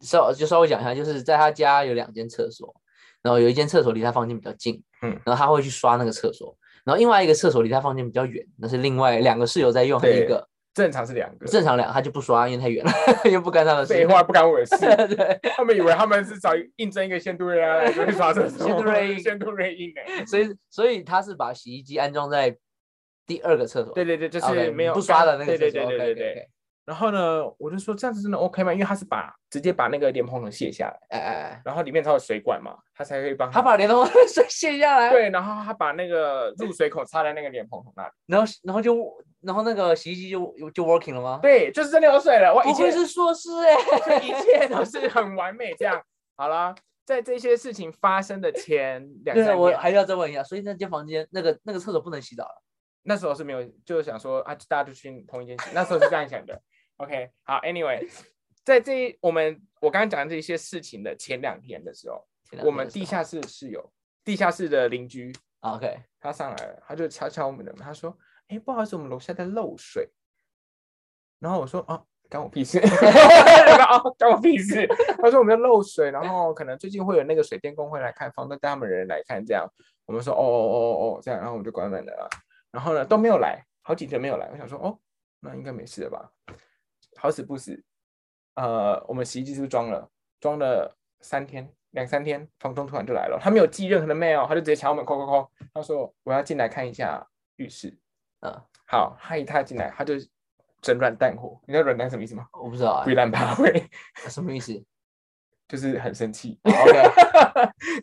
Speaker 2: 稍就稍微讲一下，就是在他家有两间厕所，然后有一间厕所离他房间比较近，
Speaker 1: 嗯
Speaker 2: 然后他会去刷那个厕所，然后另外一个厕所离他房间比较远，那是另外两个室友在用，还有一
Speaker 1: 对
Speaker 2: 个
Speaker 1: 正常是两个。
Speaker 2: 正常两个他就不刷，因为太远了， 又不干他的事。
Speaker 1: 废话，不干我的事，
Speaker 2: 对，
Speaker 1: 他们以为他们是找应征一个仙都瑞 啊，就去刷厕所，
Speaker 2: 仙都瑞应
Speaker 1: 仙都瑞应欸
Speaker 2: 所以所以他是把洗衣机安装在第二个厕 所，
Speaker 1: 对对对，就
Speaker 2: OK，
Speaker 1: 是没有
Speaker 2: 不刷的那个
Speaker 1: 对
Speaker 2: 厕
Speaker 1: 对
Speaker 2: 所
Speaker 1: 对对对对。
Speaker 2: ，OK，OK，OK，
Speaker 1: 然后呢，我就说这样子真的 OK 吗？因为他是把直接把那个连蓬头卸下来，
Speaker 2: 哎哎哎，
Speaker 1: 然后里面才有水管嘛，他才可以帮
Speaker 2: 他把联通 水卸下来，
Speaker 1: 对，然后他把那个入水口插在那个连蓬头那里，
Speaker 2: 然后然后就然后那个洗衣机就就 working 了吗？
Speaker 1: 对，就是真的有水了，哇，一
Speaker 2: 不愧
Speaker 1: 切
Speaker 2: 是硕士 哎、
Speaker 1: 一切都是很完美这样。好了，在这些事情发生的前两
Speaker 2: 对，
Speaker 1: 三
Speaker 2: 我
Speaker 1: 年，
Speaker 2: 还要再问一下，所以那间房间那个那个厕所不能洗澡了，
Speaker 1: 那时候是没有，就是想说啊，大家就去同一间洗，那时候是这样想的。 OK，好，Anyway，在这一我们我刚刚讲的这些事情的前两天的时候，
Speaker 2: 前两
Speaker 1: 我
Speaker 2: 天
Speaker 1: 们
Speaker 2: 的时
Speaker 1: 地
Speaker 2: 候
Speaker 1: 下室室友、地下室的邻居，
Speaker 2: 啊 OK，
Speaker 1: 他上来了，他就敲敲我们的门，他说：“哎，不好意思，我们楼下在漏水。”然后我说：“啊，干我屁事！” 然后啊，干我屁事！他说我们在漏水，然后可能最近会有那个水电工会来看房，都带他们人来看，这样。我们说：“哦哦哦哦，这样。”然后我们就关门了。啊然后呢，都没有来，好几天没有来。我想说：“哦，那应该没事了吧？”好死不死，呃，我们洗衣机是不是装了？装了三天，两三天，房东突然就来了，他没有寄任何的 mail，他就直接敲门，敲敲敲，他说我要进来看一下浴室。
Speaker 2: 嗯，
Speaker 1: 好，他一踏进来，他就整软蛋火，你知道软蛋什么意思吗？
Speaker 2: 我不知道啊
Speaker 1: 鬼，烂趴会，
Speaker 2: 什么意思啊
Speaker 1: 就是很生气，
Speaker 2: ？OK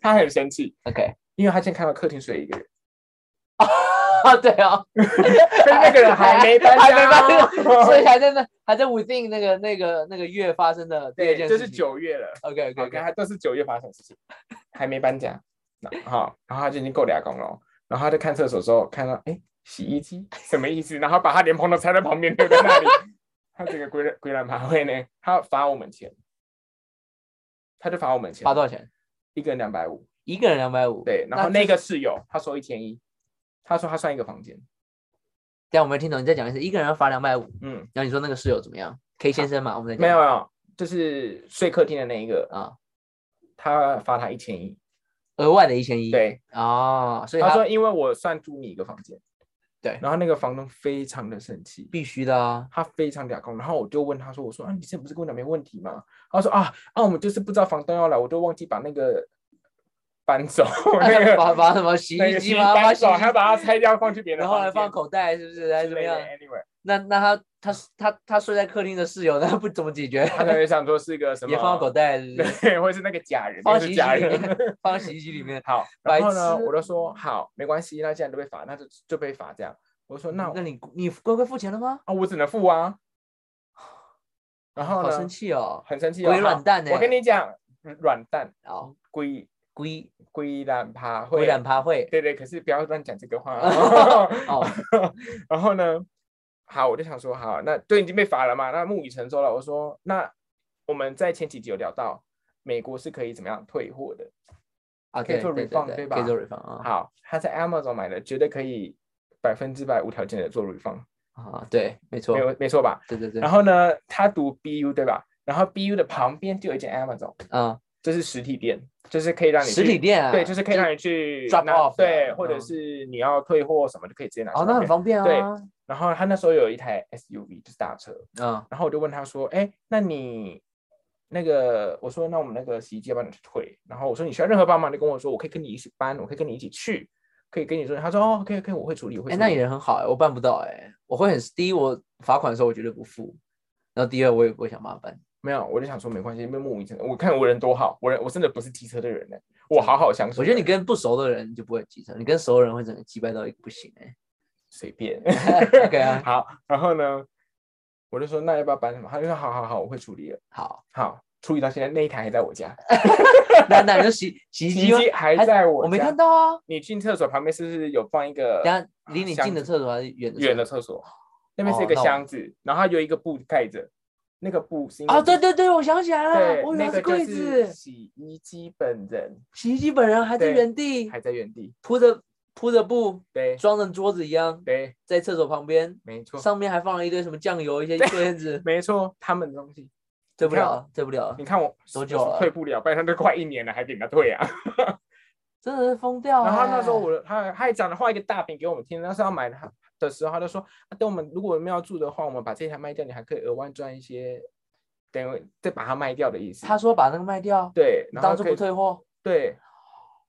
Speaker 1: 他很生气，
Speaker 2: OK，
Speaker 1: 因为他先看到客厅睡一个人，
Speaker 2: 啊对 哦，
Speaker 1: 但是那个人还没搬家，哦
Speaker 2: 还没搬 所以还在那还在 within 那个那个那个月发生的第二
Speaker 1: 对，
Speaker 2: 件
Speaker 1: 这
Speaker 2: 事
Speaker 1: 是
Speaker 2: 情。
Speaker 1: 九月了。
Speaker 2: OK OK
Speaker 1: 好，跟
Speaker 2: OK，
Speaker 1: 他都是九月发生的事情，还没搬家，那好，然后他就已经够俩工了哦，然后他在看厕所的时候看到，哎，洗衣机什么意思？然后把他连蓬头拆在旁边丢在那里，他这个归人归人马会呢，他要罚我们钱，他就罚我们钱，
Speaker 2: 花多少钱？
Speaker 1: 一个人两百五，
Speaker 2: 一个人两百五。
Speaker 1: 对，然后
Speaker 2: 那
Speaker 1: 那个室友他收一千一，他说他算一个房间，
Speaker 2: 这样我没听懂，你再讲一次，一个人要罚两百五。
Speaker 1: 嗯，
Speaker 2: 然后你说那个室友怎么样？K 先生嘛，我们再讲
Speaker 1: 没有没有，就是睡客厅的那一个，
Speaker 2: 啊，
Speaker 1: 他罚他一千一，
Speaker 2: 额外的一千一。
Speaker 1: 对，
Speaker 2: 哦，所以
Speaker 1: 他
Speaker 2: 他
Speaker 1: 说因为我算租你一个房间，
Speaker 2: 对
Speaker 1: 然后那个房东非常的生气，
Speaker 2: 必须的啊。
Speaker 1: 他非常嗲工，然后我就问他说，我说啊，你这不是跟我讲没问题吗？他说啊啊，我们就是不知道房东要来，我就忘记把那个搬 走， 那个
Speaker 2: 把把什么洗
Speaker 1: 那
Speaker 2: 衣
Speaker 1: 个
Speaker 2: 机吗？把
Speaker 1: 搬
Speaker 2: 洗
Speaker 1: 走，还要
Speaker 2: 衣
Speaker 1: 把它拆掉放去别人的
Speaker 2: 然后
Speaker 1: 房
Speaker 2: 来
Speaker 1: 间，
Speaker 2: 放口袋，是不是？还
Speaker 1: 之
Speaker 2: 是怎么
Speaker 1: 类
Speaker 2: 样
Speaker 1: 的？Anyway，哎
Speaker 2: 那那他他他他睡在客厅的室友，那不怎么 解决？
Speaker 1: 他可能想说是个什么
Speaker 2: 也放到口袋，是不是
Speaker 1: 对，或是那个假人，
Speaker 2: 放
Speaker 1: 那
Speaker 2: 洗
Speaker 1: 是
Speaker 2: 衣机
Speaker 1: 假
Speaker 2: 里
Speaker 1: 人。
Speaker 2: 面，放洗衣机里面。
Speaker 1: 好，
Speaker 2: 白
Speaker 1: 然后呢，
Speaker 2: 痴
Speaker 1: 我就说好，没关系，那既然都被罚，那就就被罚这样。我说 那
Speaker 2: 那你你乖乖付钱了吗？
Speaker 1: 啊，我只能付啊。然后
Speaker 2: 好
Speaker 1: 呢，
Speaker 2: 生气哦，
Speaker 1: 很生气、哦，
Speaker 2: 鬼
Speaker 1: 好
Speaker 2: 软蛋呢。欸哦
Speaker 1: 我跟你讲，嗯软蛋
Speaker 2: 好，
Speaker 1: 龟
Speaker 2: 龟
Speaker 1: 龟蛋趴会
Speaker 2: 龟懒 趴会
Speaker 1: 对对，可是不要乱讲这个话
Speaker 2: 哦
Speaker 1: 哦。然后呢，好，我就想说，好，那都已经被罚了嘛，那木已成舟了。我说，那我们在前几集有聊到，美国是可以怎么样退货的？
Speaker 2: 啊，
Speaker 1: 可以
Speaker 2: 对
Speaker 1: 做
Speaker 2: 对
Speaker 1: refund，
Speaker 2: 对
Speaker 1: 对
Speaker 2: 可以
Speaker 1: 吧
Speaker 2: 做 refund 啊
Speaker 1: 好，他在 Amazon 买的，绝对可以百分之百无条件的做 refund，
Speaker 2: 啊，对，没错
Speaker 1: 没，有没错吧？
Speaker 2: 对对对。
Speaker 1: 然后呢，他读 BU 对吧？然后 BU 的旁边就有一间 Amazon，
Speaker 2: 啊，
Speaker 1: 这是实体店，就是可以让你
Speaker 2: 实
Speaker 1: 去
Speaker 2: 体店啊，
Speaker 1: 对，就是可以让你去
Speaker 2: drop
Speaker 1: 拿
Speaker 2: off
Speaker 1: 对，
Speaker 2: 的
Speaker 1: 或者
Speaker 2: 嗯
Speaker 1: 是你要退货什么就可以直接拿去
Speaker 2: 哦，
Speaker 1: 那
Speaker 2: 那很
Speaker 1: 边
Speaker 2: 方便啊。
Speaker 1: 对然后他那时候有一台 SUV，就是大车。
Speaker 2: 嗯，
Speaker 1: 然后我就问他说：“哎，那你那个，我说那我们那个洗衣机要帮你去退。”然后我说：“你需要任何帮忙，你跟我说，我可以跟你一起搬，我可以跟你一起去，可以跟你说。”他说：“哦，可以，可以，我会处理，我会
Speaker 2: 哎，
Speaker 1: 处
Speaker 2: 那
Speaker 1: 理
Speaker 2: 你人很好哎，我办不到哎，我会很第一，我罚款的时候我绝对不付，然后第二我也不会想麻烦。
Speaker 1: 没有，我就想说没关系，因为木已成。我看我人多好，我人我真的不是机车的人呢，我好好相处的
Speaker 2: 我
Speaker 1: 人。
Speaker 2: 觉得你跟不熟的人就不会急成，你跟熟的人会整个击败到一个不行哎。
Speaker 1: 随便。
Speaker 2: OK 啊，
Speaker 1: 好，然后呢，我就说那要不要搬什么？他就说好好好，我会处理了。
Speaker 2: 好，
Speaker 1: 好，处理到现在那一台还在我家，
Speaker 2: 呃那那你就洗洗衣
Speaker 1: 洗
Speaker 2: 机
Speaker 1: 衣
Speaker 2: 吗
Speaker 1: 机还在我
Speaker 2: 我
Speaker 1: 家。
Speaker 2: 没看。到啊。
Speaker 1: 你进厕所旁边是不是有放一个
Speaker 2: 等下离你
Speaker 1: 箱
Speaker 2: 近的
Speaker 1: 子
Speaker 2: 厕所还是远的？
Speaker 1: 远的。厕所？那边是一
Speaker 2: 哦
Speaker 1: 个
Speaker 2: 那我
Speaker 1: 箱子，然后它有一个布盖着，那个布是因为
Speaker 2: 啊，对对对，我想起来了，
Speaker 1: 对，
Speaker 2: 我原
Speaker 1: 那
Speaker 2: 来
Speaker 1: 个就
Speaker 2: 是柜
Speaker 1: 是
Speaker 2: 子，
Speaker 1: 洗衣机本人
Speaker 2: 洗衣机本人还在
Speaker 1: 对
Speaker 2: 原地
Speaker 1: 还在原地。
Speaker 2: 铺着铺着布，
Speaker 1: 对
Speaker 2: 装成桌子一样，
Speaker 1: 对，
Speaker 2: 在厕所旁边，
Speaker 1: 没错，
Speaker 2: 上面还放了一堆什么酱油、一些卫 生纸，
Speaker 1: 没错，他们的东西。
Speaker 2: 退不
Speaker 1: 你看
Speaker 2: 了，退不了
Speaker 1: 你，看我
Speaker 2: 多
Speaker 1: 我
Speaker 2: 久
Speaker 1: 是
Speaker 2: 了
Speaker 1: 退不了，不然他都快一年了，还给人家退啊。
Speaker 2: 真的是疯掉。欸
Speaker 1: 然后那时候，我他他还讲了画一个大饼给我们听，那时候要买他的时候，他就说，啊等我们如果我们要住的话，我们把这台卖掉，你还可以额外赚一些，等于再把它卖掉的意思。
Speaker 2: 他说把那个卖掉，
Speaker 1: 对，然
Speaker 2: 当
Speaker 1: 后
Speaker 2: 初
Speaker 1: 可
Speaker 2: 不
Speaker 1: 以
Speaker 2: 退货，
Speaker 1: 对，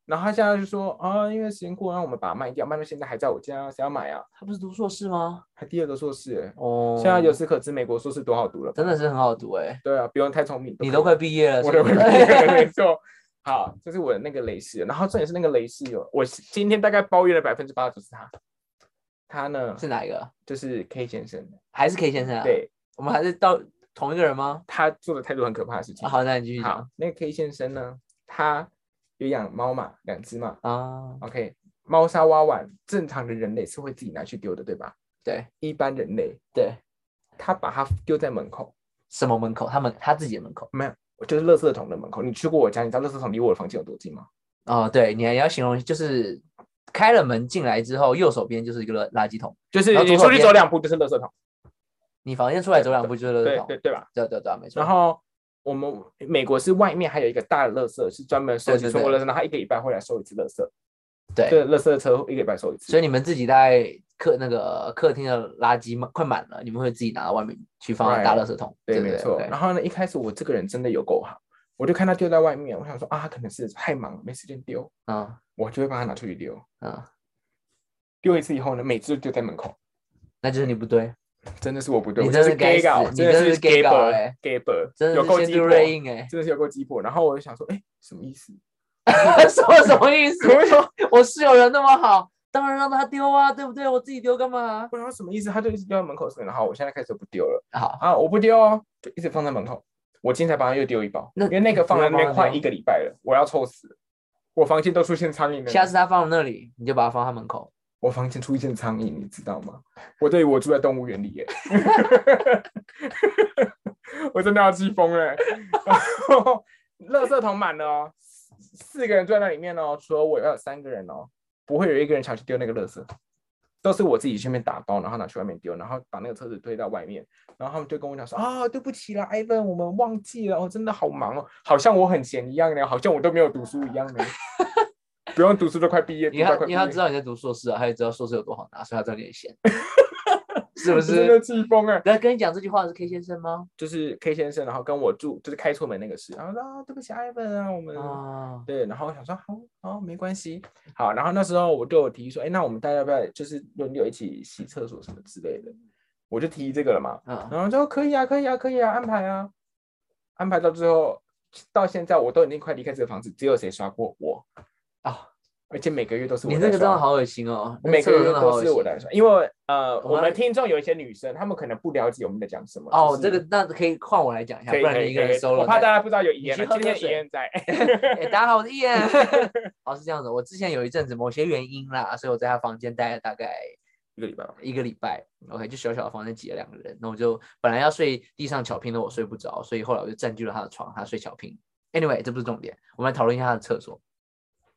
Speaker 1: 然后他现在就说啊，因为时间过了，让我们把它卖掉，卖到现在还在我家，谁要买啊？
Speaker 2: 他不是读硕士吗？
Speaker 1: 他第二个硕士欸，
Speaker 2: 哦，
Speaker 1: 现在由此可知，美国硕士多好读了吧。
Speaker 2: 真的是很好读哎，
Speaker 1: 对啊，不用太聪明，
Speaker 2: 你
Speaker 1: 可
Speaker 2: 都
Speaker 1: 以
Speaker 2: 快毕业了，
Speaker 1: 我的
Speaker 2: 是不
Speaker 1: 回
Speaker 2: 是
Speaker 1: 馈没错。好，这是我的那个雷室友，然后重点是那个雷室友，我今天大概抱怨了百分之八十是他，他呢
Speaker 2: 是哪一个？
Speaker 1: 就是 K 先生，
Speaker 2: 还是 K 先生啊？，
Speaker 1: 对
Speaker 2: 我们还是到同一个人吗？
Speaker 1: 他做了太多很可怕的事情。
Speaker 2: 啊好，那你继续讲
Speaker 1: 好，那个 K 先生呢，他有养猫嘛，两只嘛
Speaker 2: 啊。
Speaker 1: ，OK，猫砂挖碗，正常的人类是会自己拿去丢的，对吧？
Speaker 2: 对
Speaker 1: 一般人类
Speaker 2: 对，
Speaker 1: 他把它丢在门口，
Speaker 2: 什么门口？他们他自己的门口
Speaker 1: 没有，就是垃圾桶的门口。你去过我家，你知道垃圾桶离我的房间有多近吗？
Speaker 2: 哦，对，你还要形容就是开了门进来之后，右手边就是一个垃垃圾桶，
Speaker 1: 就是
Speaker 2: 然后
Speaker 1: 你
Speaker 2: 左
Speaker 1: 出
Speaker 2: 手
Speaker 1: 去
Speaker 2: 边
Speaker 1: 走两步就是垃圾桶，
Speaker 2: 你房间出来走两步就是垃圾
Speaker 1: 对
Speaker 2: 桶，
Speaker 1: 对对吧？
Speaker 2: 对对对，没错。
Speaker 1: 然后我们美国是外面还有一个大的垃圾，是专门收
Speaker 2: 对
Speaker 1: 集
Speaker 2: 对
Speaker 1: 中国
Speaker 2: 对
Speaker 1: 垃圾，然后它一个礼拜会来收一次垃圾，
Speaker 2: 对，
Speaker 1: 对，垃圾车一个礼拜收一次。
Speaker 2: 所以你们自己在客那个客厅的垃圾满快满了，你们会自己拿到外面去放
Speaker 1: Right
Speaker 2: 大垃圾桶，
Speaker 1: 对，
Speaker 2: 不
Speaker 1: 没错。
Speaker 2: 对
Speaker 1: 然后呢，一开始我这个人真的有够好，我就看他丢在外面，我想说啊，可能是太忙了没时间丢，
Speaker 2: 嗯
Speaker 1: 我就会帮他拿出去丢。
Speaker 2: 嗯，
Speaker 1: 丢一次以后呢，每次就丢在门口，
Speaker 2: 那就是你不对，
Speaker 1: 真的是我不对，
Speaker 2: 你
Speaker 1: 我
Speaker 2: 真
Speaker 1: 真是
Speaker 2: 是
Speaker 1: gay
Speaker 2: 该
Speaker 1: 搞，
Speaker 2: 死
Speaker 1: 真
Speaker 2: 你真
Speaker 1: 的
Speaker 2: 是 gay 搞
Speaker 1: gay
Speaker 2: 欸
Speaker 1: gay 本，
Speaker 2: 真
Speaker 1: 有
Speaker 2: 的
Speaker 1: 够
Speaker 2: 是
Speaker 1: 鸡
Speaker 2: 先
Speaker 1: 婆，
Speaker 2: do
Speaker 1: 真
Speaker 2: rain 哎，
Speaker 1: 的是有够鸡婆。然后我就想说，哎，什么意思？
Speaker 2: 什么什么意思？
Speaker 1: 我想，
Speaker 2: 我室友人那么好，当然让他丢啊，对不对？我自己丢干嘛？
Speaker 1: 我想什么意思？他就一直丢在门口是，然后我现在开始不丢了
Speaker 2: 好，
Speaker 1: 啊，我不丢哦，就一直放在门口。我今天才帮他又丢一包，
Speaker 2: 那
Speaker 1: 因为那个放在那
Speaker 2: 不
Speaker 1: 边
Speaker 2: 要帮他
Speaker 1: 快
Speaker 2: 丢
Speaker 1: 一个礼拜了，我要臭死了。我房间都出现苍蝇了。
Speaker 2: 下次他放那里，你就把它放他门口。
Speaker 1: 我房间出现苍蝇，你知道吗？我对于我住在动物园里耶， 我真的要气疯了欸。然后垃圾桶满了哦，四四个人坐在那里面哦，除了我要有三个人哦，不会有一个人想去丢那个垃圾，都是我自己去那边打包，然后拿去外面丢，然后把那个车子推到外面，然后他们就跟我讲说啊、对不起啦，Ivan，我们忘记了，我、真的好忙哦，好像我很闲一样呢，好像我都没有读书一样呢。 不用读书都快毕业，
Speaker 2: 因
Speaker 1: 读
Speaker 2: 为
Speaker 1: 到
Speaker 2: 他
Speaker 1: 快毕
Speaker 2: 因为他
Speaker 1: 业
Speaker 2: 知道你在读硕士啊，他也知道硕士有多好拿，所以他知道你 很闲，是不
Speaker 1: 我 真的
Speaker 2: 是？
Speaker 1: 气疯哎！
Speaker 2: 那跟你讲这句话的是 K 先生吗？
Speaker 1: 就是 K 先生，然后跟我住，就是开错门那个事，然后说啊，对不起，Ivan 啊，我们、
Speaker 2: 啊，
Speaker 1: 对，然后我想说好，哦，没关系，好，然后那时候我就有提议说，哎，那我们大家要不要就是轮流一起洗厕所什么之类的，我就提议这个了嘛，
Speaker 2: 嗯，
Speaker 1: 然后就可以啊，可以啊，可以啊，安排啊，安排到最后，到现在我都已经快离开这个房子，只有谁刷过我，
Speaker 2: 啊，
Speaker 1: 而且每个月都是我
Speaker 2: 你那
Speaker 1: 在
Speaker 2: 个真的
Speaker 1: 刷
Speaker 2: 好恶心哦，
Speaker 1: 每个
Speaker 2: 那
Speaker 1: 月
Speaker 2: 真的好
Speaker 1: 都
Speaker 2: 恶
Speaker 1: 是
Speaker 2: 心
Speaker 1: 我在刷，因为呃，
Speaker 2: 我
Speaker 1: 我
Speaker 2: 来
Speaker 1: 们听众有一些女生，她们可能不了解我们在讲什么。
Speaker 2: 哦，
Speaker 1: 就
Speaker 2: 这
Speaker 1: 是
Speaker 2: 个那可以换我来讲一下，
Speaker 1: 可
Speaker 2: 不
Speaker 1: 以
Speaker 2: 然
Speaker 1: 可以
Speaker 2: 你一个
Speaker 1: 可
Speaker 2: 人
Speaker 1: 以
Speaker 2: solo，
Speaker 1: 我怕大家不知道有
Speaker 2: 你
Speaker 1: 遗言
Speaker 2: 去
Speaker 1: 了。
Speaker 2: 喝
Speaker 1: 今
Speaker 2: 个
Speaker 1: 天
Speaker 2: 水
Speaker 1: 遗言 在，
Speaker 2: 哎，大家好，我是伊恩。 哦，是这样子，我之前有一阵子某些原因啦，所以我在他房间待了大概
Speaker 1: 一个礼拜吧。
Speaker 2: 一个礼拜，OK，就小小的房间挤了两个人，那我就本来要睡地上巧拼的，我睡不着，所以后来我就占据了他的床，他睡巧拼。Anyway，这不是重点，我们来讨论一下他的厕所。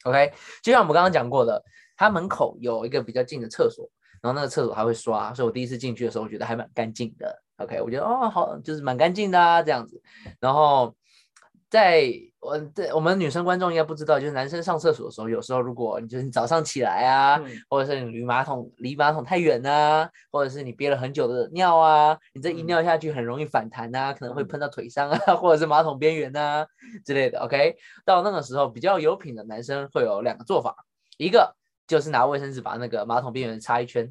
Speaker 2: OK，就像我们刚刚讲过的，他门口有一个比较近的厕所，然后那个厕所还会刷，所以我第一次进去的时候，我觉得还蛮干净的。OK，我觉得哦好，就是蛮干净的啊这样子。然后在我对我们女生观众应该不知道，就是男生上厕所的时候，有时候如果你就是你早上起来啊，
Speaker 1: 嗯
Speaker 2: 或者是你离马桶离马桶太远啊，或者是你憋了很久的尿啊，你这一
Speaker 1: 嗯
Speaker 2: 尿下去很容易反弹啊，可能会
Speaker 1: 嗯
Speaker 2: 喷到腿上啊，或者是马桶边缘啊之类的。OK，到那个时候比较有品的男生会有两个做法，一个就是拿卫生纸把那个马桶边缘擦一圈，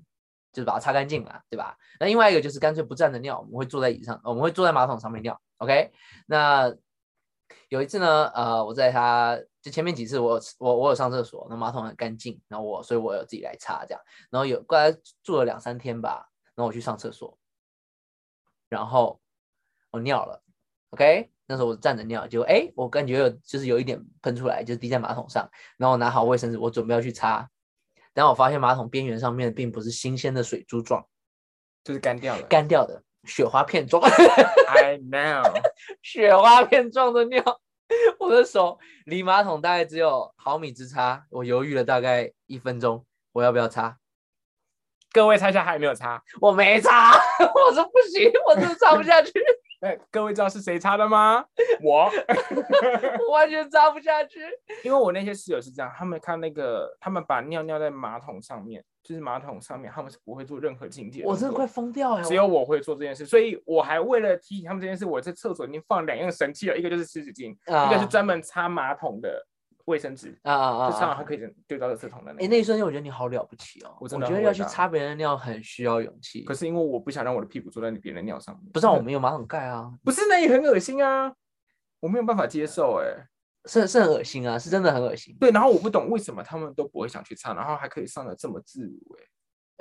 Speaker 2: 就是把它擦干净嘛，对吧？那另外一个就是干脆不站着尿，我们会坐在椅子上，我们会坐在马桶上面尿。OK，那有一次呢，呃，我在他就前面几次我有我我有上厕所，那马桶很干净，然后我所以我有自己来擦这样，然后有过来住了两三天吧，然后我去上厕所，然后我尿了，OK，那时候我站着尿，结果哎，我感觉有就是有一点喷出来，就是滴在马桶上，然后我拿好卫生纸，我准备要去擦，然后我发现马桶边缘上面并不是新鲜的水珠状，
Speaker 1: 就是干掉了。
Speaker 2: 干掉的雪花片状。
Speaker 1: I know，
Speaker 2: 雪花片状的尿， 我的手离马桶大概只有毫米之差，我犹豫了大概一分钟，我要不要擦？
Speaker 1: 各位猜一下还有没有擦？
Speaker 2: 我没擦， 我说不行，我真的擦不下去，
Speaker 1: 哎，各位知道是谁擦的吗？我，
Speaker 2: 我完全擦不下去。
Speaker 1: 因为我那些室友是这样，他们看那个，他们把尿尿在马桶上面，就是马桶上面，他们是不会做任何清洁。
Speaker 2: 我真的快。疯掉哎、
Speaker 1: 只有我会做这件事，所以我还为了提醒他们这件事，我在厕所已经放两样神器了，一个就是湿纸巾，
Speaker 2: 啊
Speaker 1: 一个是专门擦马桶的卫生纸，
Speaker 2: 啊啊
Speaker 1: 就
Speaker 2: 啊
Speaker 1: 擦完
Speaker 2: 啊！
Speaker 1: 它可以丢到垃圾桶的那
Speaker 2: 哎、
Speaker 1: 个。
Speaker 2: 那一瞬间我觉得你好了不起哦，
Speaker 1: 我
Speaker 2: 我
Speaker 1: 真的
Speaker 2: 觉得
Speaker 1: 很
Speaker 2: 要
Speaker 1: 伟
Speaker 2: 去
Speaker 1: 大
Speaker 2: 擦别人的尿很需要勇气。
Speaker 1: 可是因为我不想让我的屁股坐在别人的尿上面，
Speaker 2: 不是、啊、我们有马桶盖啊，
Speaker 1: 不是那也很恶心啊，我没有办法接受哎、
Speaker 2: 是是很恶心啊，是真的很恶心。
Speaker 1: 对，然后我不懂为什么他们都不会想去擦，然后还可以上的这么自如哎、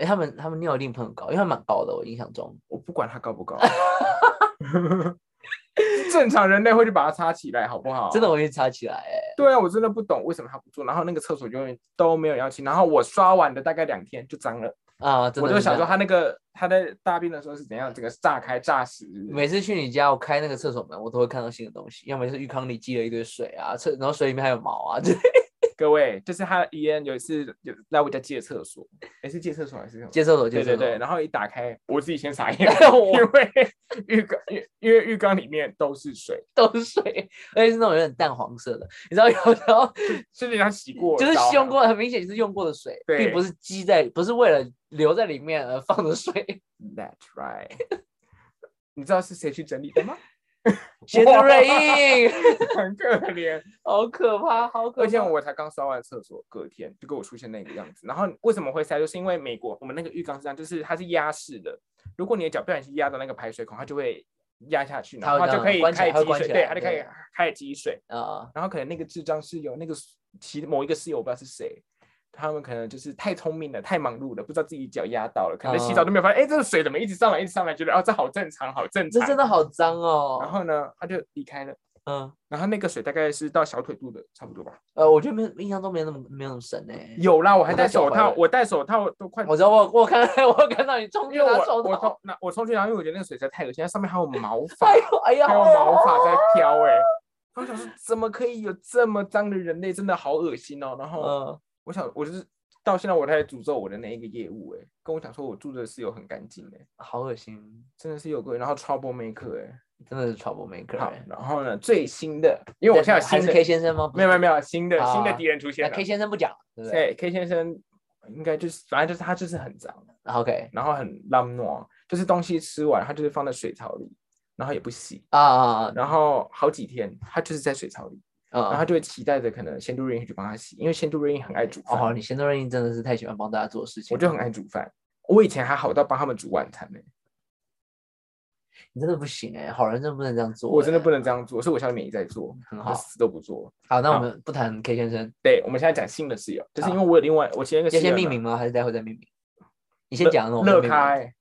Speaker 2: 哎、他们他们尿一定喷很高，因为他蛮高的，我印象中。
Speaker 1: 我不管它高不高，正常人类会去把它擦起来，好不好？
Speaker 2: 真的，我会擦起来哎、
Speaker 1: 对啊，我真的不懂为什么他不做，然后那个厕所永远都没有人要清，然后我刷完的大概两天就脏了，
Speaker 2: 啊，真
Speaker 1: 我
Speaker 2: 的
Speaker 1: 就是想
Speaker 2: 这
Speaker 1: 说
Speaker 2: 样
Speaker 1: 他那个他在大便的时候是怎样，整个炸开炸死。
Speaker 2: 每次去你家，我开那个厕所门，我都会看到新的东西，要么就是浴缸里积了一堆水啊，厕然后水里面还有毛啊， 对，
Speaker 1: 各位，就是他伊恩有一次有来我家借厕所，哎是借厕所还是什么？
Speaker 2: 接厕所
Speaker 1: 对
Speaker 2: 接
Speaker 1: 对
Speaker 2: 厕所，，
Speaker 1: 对，然后一打开，我自己先傻眼
Speaker 2: 我
Speaker 1: 因为浴缸因因为浴缸里面都是水，
Speaker 2: 都是水，而且是那种有点淡黄色的，你知道有时候
Speaker 1: 就是他洗过，
Speaker 2: 就是
Speaker 1: 你知道吗
Speaker 2: 用。过，很明显就是用过的水，
Speaker 1: 对
Speaker 2: 并不是积在，不是为了留在里面而放 的水。
Speaker 1: That's right 。 你知道是谁去整理的吗？
Speaker 2: 咸的瑞 印，
Speaker 1: 很可怜，
Speaker 2: 好可怕，好可怕。
Speaker 1: 而且我才刚刷完厕所，隔天就给我出现那个样子。然后为什么会塞？就是因为美国我们那个浴缸是这样，就是它是压式的，如果你的脚不小心压到那个排水孔，它就会压下去，然
Speaker 2: 它
Speaker 1: 后
Speaker 2: 会
Speaker 1: 它
Speaker 2: 这
Speaker 1: 就
Speaker 2: 样
Speaker 1: 可以
Speaker 2: 关起
Speaker 1: 开
Speaker 2: 来它
Speaker 1: 始
Speaker 2: 会
Speaker 1: 积
Speaker 2: 关
Speaker 1: 水，
Speaker 2: 起
Speaker 1: 对，
Speaker 2: 来
Speaker 1: 它就可以
Speaker 2: 对
Speaker 1: 开始积水。
Speaker 2: 啊，
Speaker 1: 然后可能那个智障室友，那个其某一个室友我不知道是谁，他们可能就是太聪明了，太忙碌了，不知道自己脚压到了，可能洗
Speaker 2: 嗯
Speaker 1: 澡都没有发现，哎、这个水怎么一直上来，一直上来，觉得哦这好正常，好正
Speaker 2: 这
Speaker 1: 常。
Speaker 2: 真的好脏哦。
Speaker 1: 然后呢，他就离开了，
Speaker 2: 嗯，
Speaker 1: 然后那个水大概是到小腿肚的，差不多吧。
Speaker 2: 呃，我觉得没有印象中没有那么没有那么深呢。
Speaker 1: 有啦，我还
Speaker 2: 我
Speaker 1: 戴
Speaker 2: 戴手
Speaker 1: 手
Speaker 2: 环
Speaker 1: 套，
Speaker 2: 了
Speaker 1: 我戴手套都快，
Speaker 2: 我知道，我我看 我看到你冲
Speaker 1: 因
Speaker 2: 进
Speaker 1: 为
Speaker 2: 他
Speaker 1: 我
Speaker 2: 手
Speaker 1: 我
Speaker 2: 套，
Speaker 1: 冲那我冲去，然后因为我觉得那个水实在太恶心，它上面还有毛 发
Speaker 2: 哎，呦哎呀，
Speaker 1: 还有
Speaker 2: 好恶
Speaker 1: 毛发在飘、哎，我想说怎么可以有这么脏的人类，真的好恶心哦。然后
Speaker 2: 嗯，
Speaker 1: 我想，我就是到现在我才诅咒我的那一个业务、欸，跟我讲说我住的室友很干净、欸，
Speaker 2: 好恶心，
Speaker 1: 真的是有个，然后 trouble maker，哎、
Speaker 2: 真的是 trouble maker
Speaker 1: 好
Speaker 2: 哎。，
Speaker 1: 然后呢，最新的，因为我现在有
Speaker 2: 还
Speaker 1: 新
Speaker 2: 是
Speaker 1: 的，
Speaker 2: K 先生吗？
Speaker 1: 没有没有没
Speaker 2: 有，
Speaker 1: 有新的、新的
Speaker 2: 啊
Speaker 1: 敌人出现
Speaker 2: 那
Speaker 1: 了
Speaker 2: K，先生不讲了，对不
Speaker 1: 对
Speaker 2: 对
Speaker 1: K 先生应该就是，反正就是他就是很脏，
Speaker 2: 啊？OK
Speaker 1: 然后很浪诺，就是东西吃完他就是放在水槽里，然后也不洗。
Speaker 2: 啊啊
Speaker 1: 然后好几天，他就是在水槽里，
Speaker 2: 啊
Speaker 1: 然后
Speaker 2: 啊！
Speaker 1: 他就会期待着可能仙都瑞英去帮他洗，因为仙都瑞英很爱煮饭，
Speaker 2: 哦，你先生真的是太喜欢帮大家做事情，
Speaker 1: 我就很爱煮饭。我以前还好到帮他们煮晚餐呢、
Speaker 2: 你真的不行哎、好人真的不能这样做、
Speaker 1: 我真的不能这样做，所以我现在没在做，
Speaker 2: 很
Speaker 1: 我
Speaker 2: 好
Speaker 1: 就死都不做。
Speaker 2: 好，那
Speaker 1: 好
Speaker 2: 我们不谈 K 先生，
Speaker 1: 对，我们现在讲新的室友，就是因
Speaker 2: 好
Speaker 1: 为我有另外我前一个室
Speaker 2: 要
Speaker 1: 友
Speaker 2: 先
Speaker 1: 呢
Speaker 2: 命名吗？还是待会再命名？你
Speaker 1: 乐
Speaker 2: 先讲，那我们
Speaker 1: 乐
Speaker 2: 再命名
Speaker 1: 开，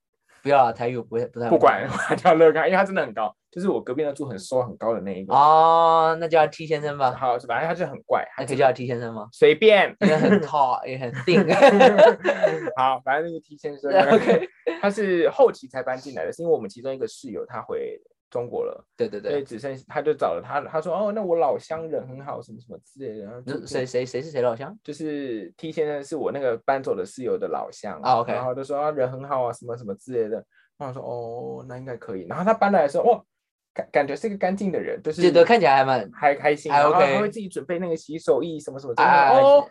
Speaker 2: 不要啊了，台语我不会不太
Speaker 1: 不管 我叫乐开，因为他真的很高，就是我隔壁那住很瘦很高的那一个。
Speaker 2: 哦，那叫他 T 先生吧，
Speaker 1: 好，反正他就很怪，他
Speaker 2: 那可
Speaker 1: 就
Speaker 2: 以叫他 T 先生吗？
Speaker 1: 随便。
Speaker 2: 因为很 tall 也很 thin，
Speaker 1: 好，反正那个 T 先生呢
Speaker 2: OK
Speaker 1: 他是后期才搬进来的，是因为我们其中一个室友他回中国了，
Speaker 2: 对对
Speaker 1: 所以
Speaker 2: 对，
Speaker 1: 只剩他就找了他，他说哦，那我老乡人很好，什么什么之类的，然后就
Speaker 2: 那谁谁谁是谁老乡？
Speaker 1: 就是 T 先生是我那个搬走的室友的老乡
Speaker 2: 啊，OK
Speaker 1: 然后就说啊人很好啊，什么什么之类的。然后我说哦，那应该可以。然后他搬来的时候，哇，感感觉是个干净的人，就是
Speaker 2: 记得看起来还蛮
Speaker 1: 还开心，
Speaker 2: 还
Speaker 1: 然后
Speaker 2: OK
Speaker 1: 他会自己准备那个洗手液什么什么之类的。
Speaker 2: 啊
Speaker 1: 哦，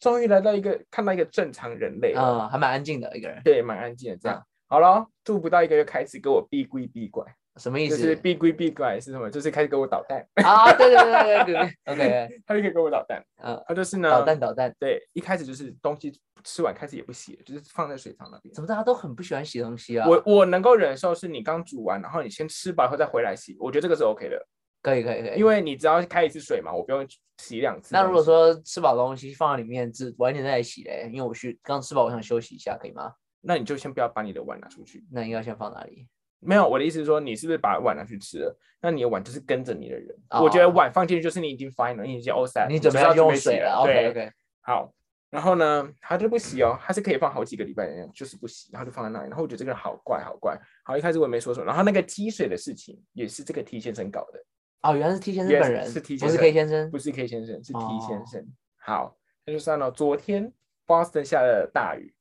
Speaker 1: 终于来到一个看到一个正常人类了，
Speaker 2: 嗯还蛮安静的一个人，
Speaker 1: 对，蛮安静的这样。
Speaker 2: 啊
Speaker 1: 好了，住不到一个月开始给我闭规闭拐，
Speaker 2: 什么意
Speaker 1: 就
Speaker 2: 思
Speaker 1: 是闭规闭拐是什么？就是开始给我捣蛋，
Speaker 2: 啊？对对对对对对，OK，
Speaker 1: 他就可以给我捣蛋。
Speaker 2: 嗯，
Speaker 1: 他就是呢，
Speaker 2: 导弹导弹，
Speaker 1: 对，一开始就是东西吃完开始也不洗了，就是放在水槽那边。
Speaker 2: 怎么大家都很不喜欢洗东西啊？
Speaker 1: 我我能够忍受是你刚煮完，然后你先吃饱以后再回来洗，我觉得这个是 OK 的，
Speaker 2: 可以可以可以，
Speaker 1: 因为你只要开一次水嘛，我不用洗两次东西。
Speaker 2: 那如果说吃饱东西放在里面，只晚点再洗嘞，因为我去刚吃饱，我想休息一下，可以吗？
Speaker 1: 那你就先不要把你的碗拿出去。
Speaker 2: 那应该先放哪里？
Speaker 1: 没有，我的意思是说，你是不是把碗拿去吃了？那你的碗就是跟着你的人。我觉得
Speaker 2: 哦
Speaker 1: 碗放进去就是你已经 final，你已经 all set，
Speaker 2: 你准
Speaker 1: 就
Speaker 2: 备
Speaker 1: 是
Speaker 2: 要
Speaker 1: 要
Speaker 2: 用
Speaker 1: 洗
Speaker 2: 水了
Speaker 1: 对
Speaker 2: ，OK OK，
Speaker 1: 好，然后呢，他就不洗哦，他是可以放好几个礼拜的那种，就是不洗，然后就放在那里。然后我觉得这个人好怪，好怪。好，一开始我也没说什么。然后那个积水的事情也是这个 T 先生搞的，
Speaker 2: 哦，原来是 T 先生
Speaker 1: Yes，
Speaker 2: 本人，
Speaker 1: 是 T
Speaker 2: 不
Speaker 1: 先
Speaker 2: 是
Speaker 1: 生
Speaker 2: K 先生
Speaker 1: 不，是 K 先生，是 T
Speaker 2: 哦
Speaker 1: 先生。好，那就算了。昨天 Boston 下了大雨，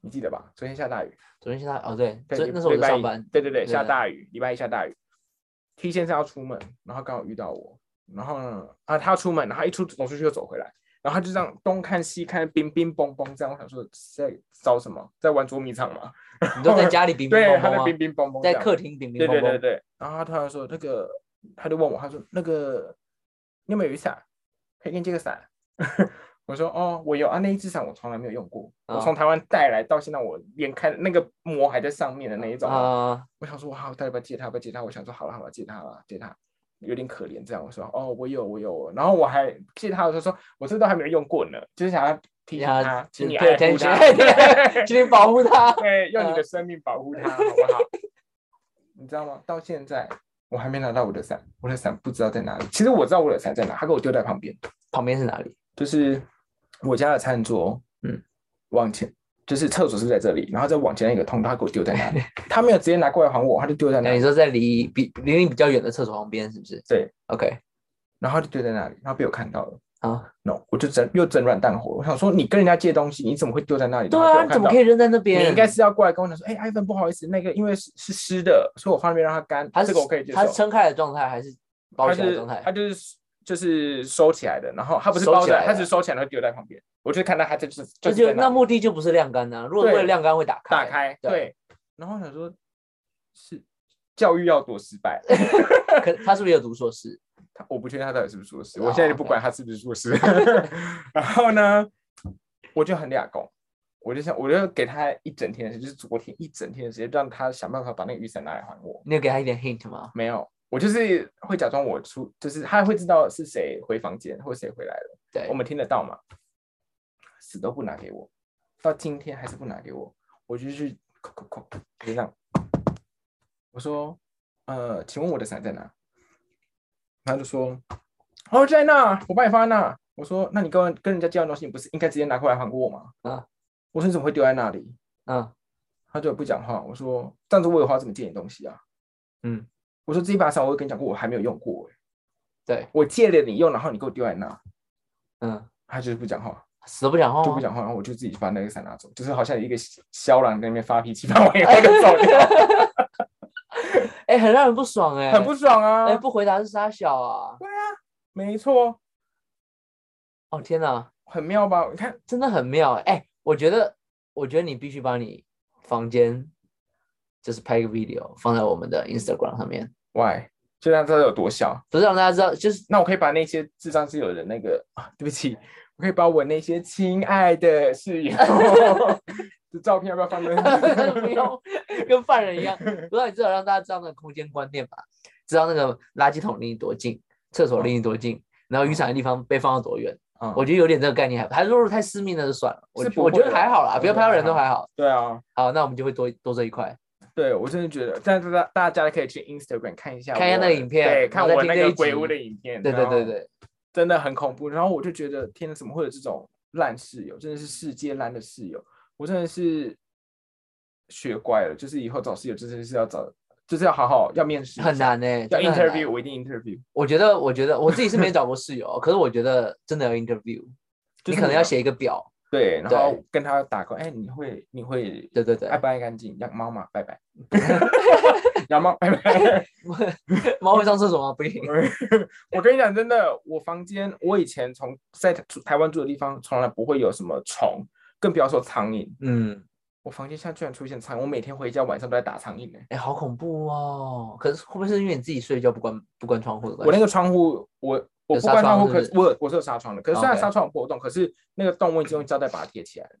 Speaker 1: 你记得吧？昨天下大雨，
Speaker 2: 昨天是他，哦对，
Speaker 1: 对
Speaker 2: 昨
Speaker 1: 礼
Speaker 2: 那时候我
Speaker 1: 礼
Speaker 2: 在
Speaker 1: 拜
Speaker 2: 上
Speaker 1: 一
Speaker 2: 班，
Speaker 1: 对对对，
Speaker 2: 对
Speaker 1: 下
Speaker 2: 对
Speaker 1: 大雨，礼拜一下大雨。T 先生要出门，然后刚好遇到我，然后呢，啊，他要出门，然后他一出走出去又走回来，然后他就这样东看西看，冰冰嘣嘣这样。我想说在找什么，在玩捉迷藏吗？
Speaker 2: 你都在家里冰冰
Speaker 1: 对，
Speaker 2: 乓
Speaker 1: 他在
Speaker 2: 乓
Speaker 1: 冰
Speaker 2: 吗？
Speaker 1: 冰嘣嘣这
Speaker 2: 在
Speaker 1: 样，
Speaker 2: 客厅冰冰
Speaker 1: 对
Speaker 2: 乓
Speaker 1: 对对
Speaker 2: 乓，
Speaker 1: 对。然后他突然说那个，他就问我，他说那个你有没有雨伞？可以给你借个伞。 我说哦，我有啊，那一只伞我从来没有用过，我
Speaker 2: 啊
Speaker 1: 从台湾带来到现在，我连开那个膜还在上面的那一种。
Speaker 2: 啊，
Speaker 1: 我想说，哇，我到底要不要借他？要不要借他？我想说，好了好了，借他了，借他，有点可怜这样。我说，哦，我有我有，然后我还借他的时候说，我这都还没有用过呢，就是想要提醒
Speaker 2: 呀
Speaker 1: 他，请
Speaker 2: 就
Speaker 1: 你
Speaker 2: 对
Speaker 1: 爱护
Speaker 2: 对
Speaker 1: 他，
Speaker 2: 对呃今天保护他，
Speaker 1: 对，用你的生命保护他，好不好？ 你知道吗？到现在我还没拿到我的伞，我的伞不知道在哪里。其实我知道我的伞在哪，他给我丢在旁边，
Speaker 2: 旁边是哪里？
Speaker 1: 就是我家的餐桌，
Speaker 2: 嗯，
Speaker 1: 往前就是厕所是在这里，然后再往前一个通道，他给我丢在那 里，他没有直接拿过来还我，他就丢在那
Speaker 2: 那你
Speaker 1: 里，
Speaker 2: 说在离比离你比较远的厕所旁边是不是？
Speaker 1: 对
Speaker 2: ，OK，
Speaker 1: 然后他就丢在那里，然后被我看到了。
Speaker 2: 好，
Speaker 1: no，我就整又整软蛋火，我想说你跟人家借东西，你怎么会丢在那里？
Speaker 2: 对
Speaker 1: 然后被
Speaker 2: 啊，
Speaker 1: 我
Speaker 2: 你
Speaker 1: 看
Speaker 2: 怎么
Speaker 1: 到
Speaker 2: 可以扔在那
Speaker 1: 你
Speaker 2: 边？
Speaker 1: 应该是要过来跟我讲说，哎、艾文，不好意思，那个因为是是湿的，所以我放那边让它干。
Speaker 2: 它是
Speaker 1: 这个我可以接受。
Speaker 2: 它是撑开的状态还是包
Speaker 1: 它
Speaker 2: 起来的
Speaker 1: 是
Speaker 2: 状态
Speaker 1: 它？就是就是收起来的，然后它不是
Speaker 2: 收
Speaker 1: 包
Speaker 2: 起
Speaker 1: 起来，
Speaker 2: 来
Speaker 1: 它
Speaker 2: 的
Speaker 1: 只是收起来然后丢在旁边。我就看到它就是
Speaker 2: 那
Speaker 1: 是在
Speaker 2: 那
Speaker 1: 那里
Speaker 2: 目的就不是晾干呢、如果
Speaker 1: 对
Speaker 2: 为了晾干会打开，
Speaker 1: 打开
Speaker 2: 对
Speaker 1: 对，然后我想说，是教育要多失 败，
Speaker 2: 可他是不是有读硕士？
Speaker 1: 他我不确定他到底是不是硕士，
Speaker 2: 哦
Speaker 1: 我现在就不
Speaker 2: OK
Speaker 1: 管他是不是硕士。 然后呢，我就很俩工，我就想，我就给他一整天的时间，就是昨天一整天的时间，让他想办法把那个雨伞拿来还我。
Speaker 2: 你有给他一点 hint 吗？
Speaker 1: 没有，我就是会假装我出，就是他会知道是谁回房间或谁回来了，
Speaker 2: 对
Speaker 1: 我，们听得到嘛，死都不拿给我，到今天还是不拿给我，我就去扣扣扣，就这样，我说，呃，请问我的伞在哪？他就说，哦，在那，我帮你放在那。我说，那你跟跟人家借完东西，你不是应该直接拿过来还给我吗？
Speaker 2: 啊，
Speaker 1: 我说你怎么会丢在那里？
Speaker 2: 嗯，
Speaker 1: 他就不讲话。我说，这样子我有话怎么借你东西啊？
Speaker 2: 嗯，
Speaker 1: 我说这一把伞，我有跟你讲过，我还没有用过、欸，
Speaker 2: 对，
Speaker 1: 我借了你用，然后你给我丢在那，
Speaker 2: 嗯，
Speaker 1: 他就是不讲话。
Speaker 2: 死都不讲话吗，
Speaker 1: 就不讲话，然后我就自己把那个伞拿走，就是好像一个肖郎在那边发脾气，发完以后就走掉，
Speaker 2: 哎、很让人不爽 哎、
Speaker 1: 很不爽啊。
Speaker 2: 哎、不回答是傻小啊！
Speaker 1: 没错，
Speaker 2: 哦天哪，
Speaker 1: 很妙吧？你看，
Speaker 2: 真的很妙哎、哎我觉得，我觉得你必须把你房间就是拍个 video 放在我们的 Instagram 上面，
Speaker 1: 喂，就让这有多小。
Speaker 2: 不是让大家知 道，就是
Speaker 1: 那我可以把那些智障室友的那个啊，对不起，我可以把我那些亲爱的室 友 的照片要不要放
Speaker 2: 不
Speaker 1: 在？
Speaker 2: 用跟犯人一样，不要你至少让大家知道那个空间观念吧，知道那个垃圾桶离你多近，厕所离你多近，然后雨伞的地方被放到多远。
Speaker 1: 嗯
Speaker 2: 我觉得有点这个概念还，还是如果太私密那就算了，我
Speaker 1: 是
Speaker 2: 觉
Speaker 1: 不
Speaker 2: 我觉
Speaker 1: 会
Speaker 2: 得
Speaker 1: 啦
Speaker 2: 还好啦，
Speaker 1: 我
Speaker 2: 不
Speaker 1: 觉
Speaker 2: 要
Speaker 1: 得
Speaker 2: 拍到
Speaker 1: 还
Speaker 2: 人都
Speaker 1: 好
Speaker 2: 还好。
Speaker 1: 对啊，
Speaker 2: 好，那我们就会多多这一块。
Speaker 1: 对我真的觉得，但是大大家可以去 Instagram 看一下我，
Speaker 2: 看一下那个影片
Speaker 1: 对，
Speaker 2: 然
Speaker 1: 看
Speaker 2: 后再
Speaker 1: 我
Speaker 2: 听
Speaker 1: 那
Speaker 2: 这一
Speaker 1: 个鬼
Speaker 2: 集
Speaker 1: 屋的影片，
Speaker 2: 对对
Speaker 1: 然后
Speaker 2: 对对，
Speaker 1: 真的很恐怖。然后我就觉得，天哪，怎么会有这种烂室友？真的是世界烂的室友，我真的是学乖了。就是以后找室友，真的是要找，就是要好好要面试，
Speaker 2: 很，难呢、欸
Speaker 1: 要
Speaker 2: 真的很难
Speaker 1: interview，我一定 interview。
Speaker 2: 我觉得，我觉得我自己是没找过室友，可是我觉得真的要 interview，
Speaker 1: 就
Speaker 2: 你
Speaker 1: 是
Speaker 2: 可能
Speaker 1: 你
Speaker 2: 要
Speaker 1: 要
Speaker 2: 写一 个表。
Speaker 1: 对，然
Speaker 2: 对
Speaker 1: 后跟他打勾，哎，你会你会
Speaker 2: 对对对
Speaker 1: 爱，不爱干净？养猫嘛，拜 拜。养猫，拜拜。
Speaker 2: 猫会上厕所吗？不一定。
Speaker 1: 我跟你讲，真的，我房间我以前从在住台湾住的地方，从来不会有什么虫，更不要说苍蝇。
Speaker 2: 嗯，
Speaker 1: 我房间现在居然出现苍蝇，我每天回家晚上都在打苍蝇欸呢、
Speaker 2: 哎、好恐怖哦！可是会不会是因为你自己睡觉不关不关窗户的关
Speaker 1: 我那
Speaker 2: 系？
Speaker 1: 个窗户，我我不
Speaker 2: 有纱
Speaker 1: 关窗户，
Speaker 2: 窗
Speaker 1: 可
Speaker 2: 是
Speaker 1: 是
Speaker 2: 不
Speaker 1: 我有我是有纱窗的，可是虽然
Speaker 2: OK
Speaker 1: 纱窗有破洞，可是那个洞我已经用胶带把它贴起来了。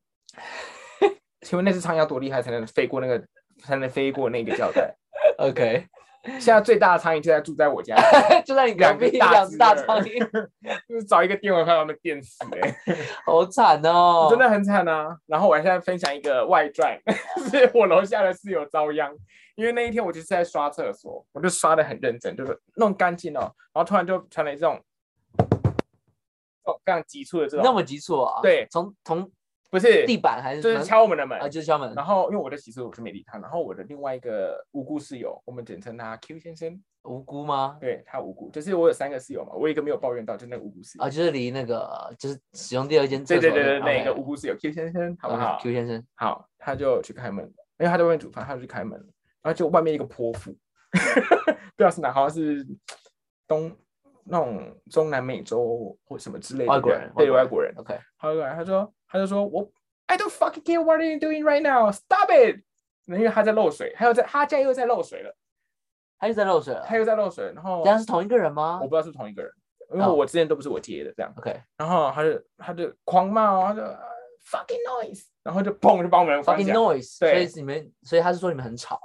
Speaker 1: 请问那只苍蝇要多厉害才能飞过那个，才能飞过那个胶带？
Speaker 2: 我 OK，
Speaker 1: 现在最大的苍蝇就在住在我家，
Speaker 2: 就在你隔
Speaker 1: 两个
Speaker 2: 壁
Speaker 1: 大
Speaker 2: 两只
Speaker 1: 只
Speaker 2: 大
Speaker 1: 的
Speaker 2: 苍蝇，
Speaker 1: 就是找一个电蚊拍把它们电死、欸，
Speaker 2: 好惨哦！
Speaker 1: 真的很惨啊。然后我现在分享一个外传， 是我楼下的室友遭殃，因为那一天我就是在刷厕所，我就刷的很认真，就是弄干净哦，然后突然就传来这种。哦这种非常急促的这种
Speaker 2: 那么急促啊！
Speaker 1: 对
Speaker 2: 从从
Speaker 1: 不是
Speaker 2: 地板还是
Speaker 1: 就是
Speaker 2: 门
Speaker 1: 敲我们的门。
Speaker 2: 啊，就是敲门
Speaker 1: 然。后因为我的洗漱我就没理他，然后我的另外一个无辜室友，我们简称他 Q 先生，
Speaker 2: 无辜吗？
Speaker 1: 对他无辜，就是我有三个室友嘛，我有一个没有抱怨到，就那个无辜室友，
Speaker 2: 啊，就是离那个就是使用第二间厕
Speaker 1: 对
Speaker 2: 所
Speaker 1: 对对对，
Speaker 2: 那
Speaker 1: 那个无辜室友 Q 先生，好不好？
Speaker 2: q 先生，
Speaker 1: 好，他就去开门了，因为他在外面煮饭，他就去开门了，然后就外面一个泼妇， 不知道是哪，好像是东那种中南美洲或什么之类的
Speaker 2: 外国人
Speaker 1: 对
Speaker 2: 外
Speaker 1: 外国人，
Speaker 2: OK，
Speaker 1: 他就来，他说，他就说我 I don't fucking care what are you doing right now, stop it。因为他在漏水，还有在他家又在漏水了，
Speaker 2: 他又在漏水了。
Speaker 1: 他又在漏水，然后
Speaker 2: 这样是同一个人吗
Speaker 1: 我不知道是不是同一个人，因为
Speaker 2: 哦
Speaker 1: 我之前都不是我接的这样，
Speaker 2: ？OK，
Speaker 1: 然后他就他就狂骂哦，他就呃 fucking noise，然后就砰就把我们关
Speaker 2: fucking
Speaker 1: 起来。
Speaker 2: noise，所以
Speaker 1: 对
Speaker 2: 是你们，所以他是说你们很吵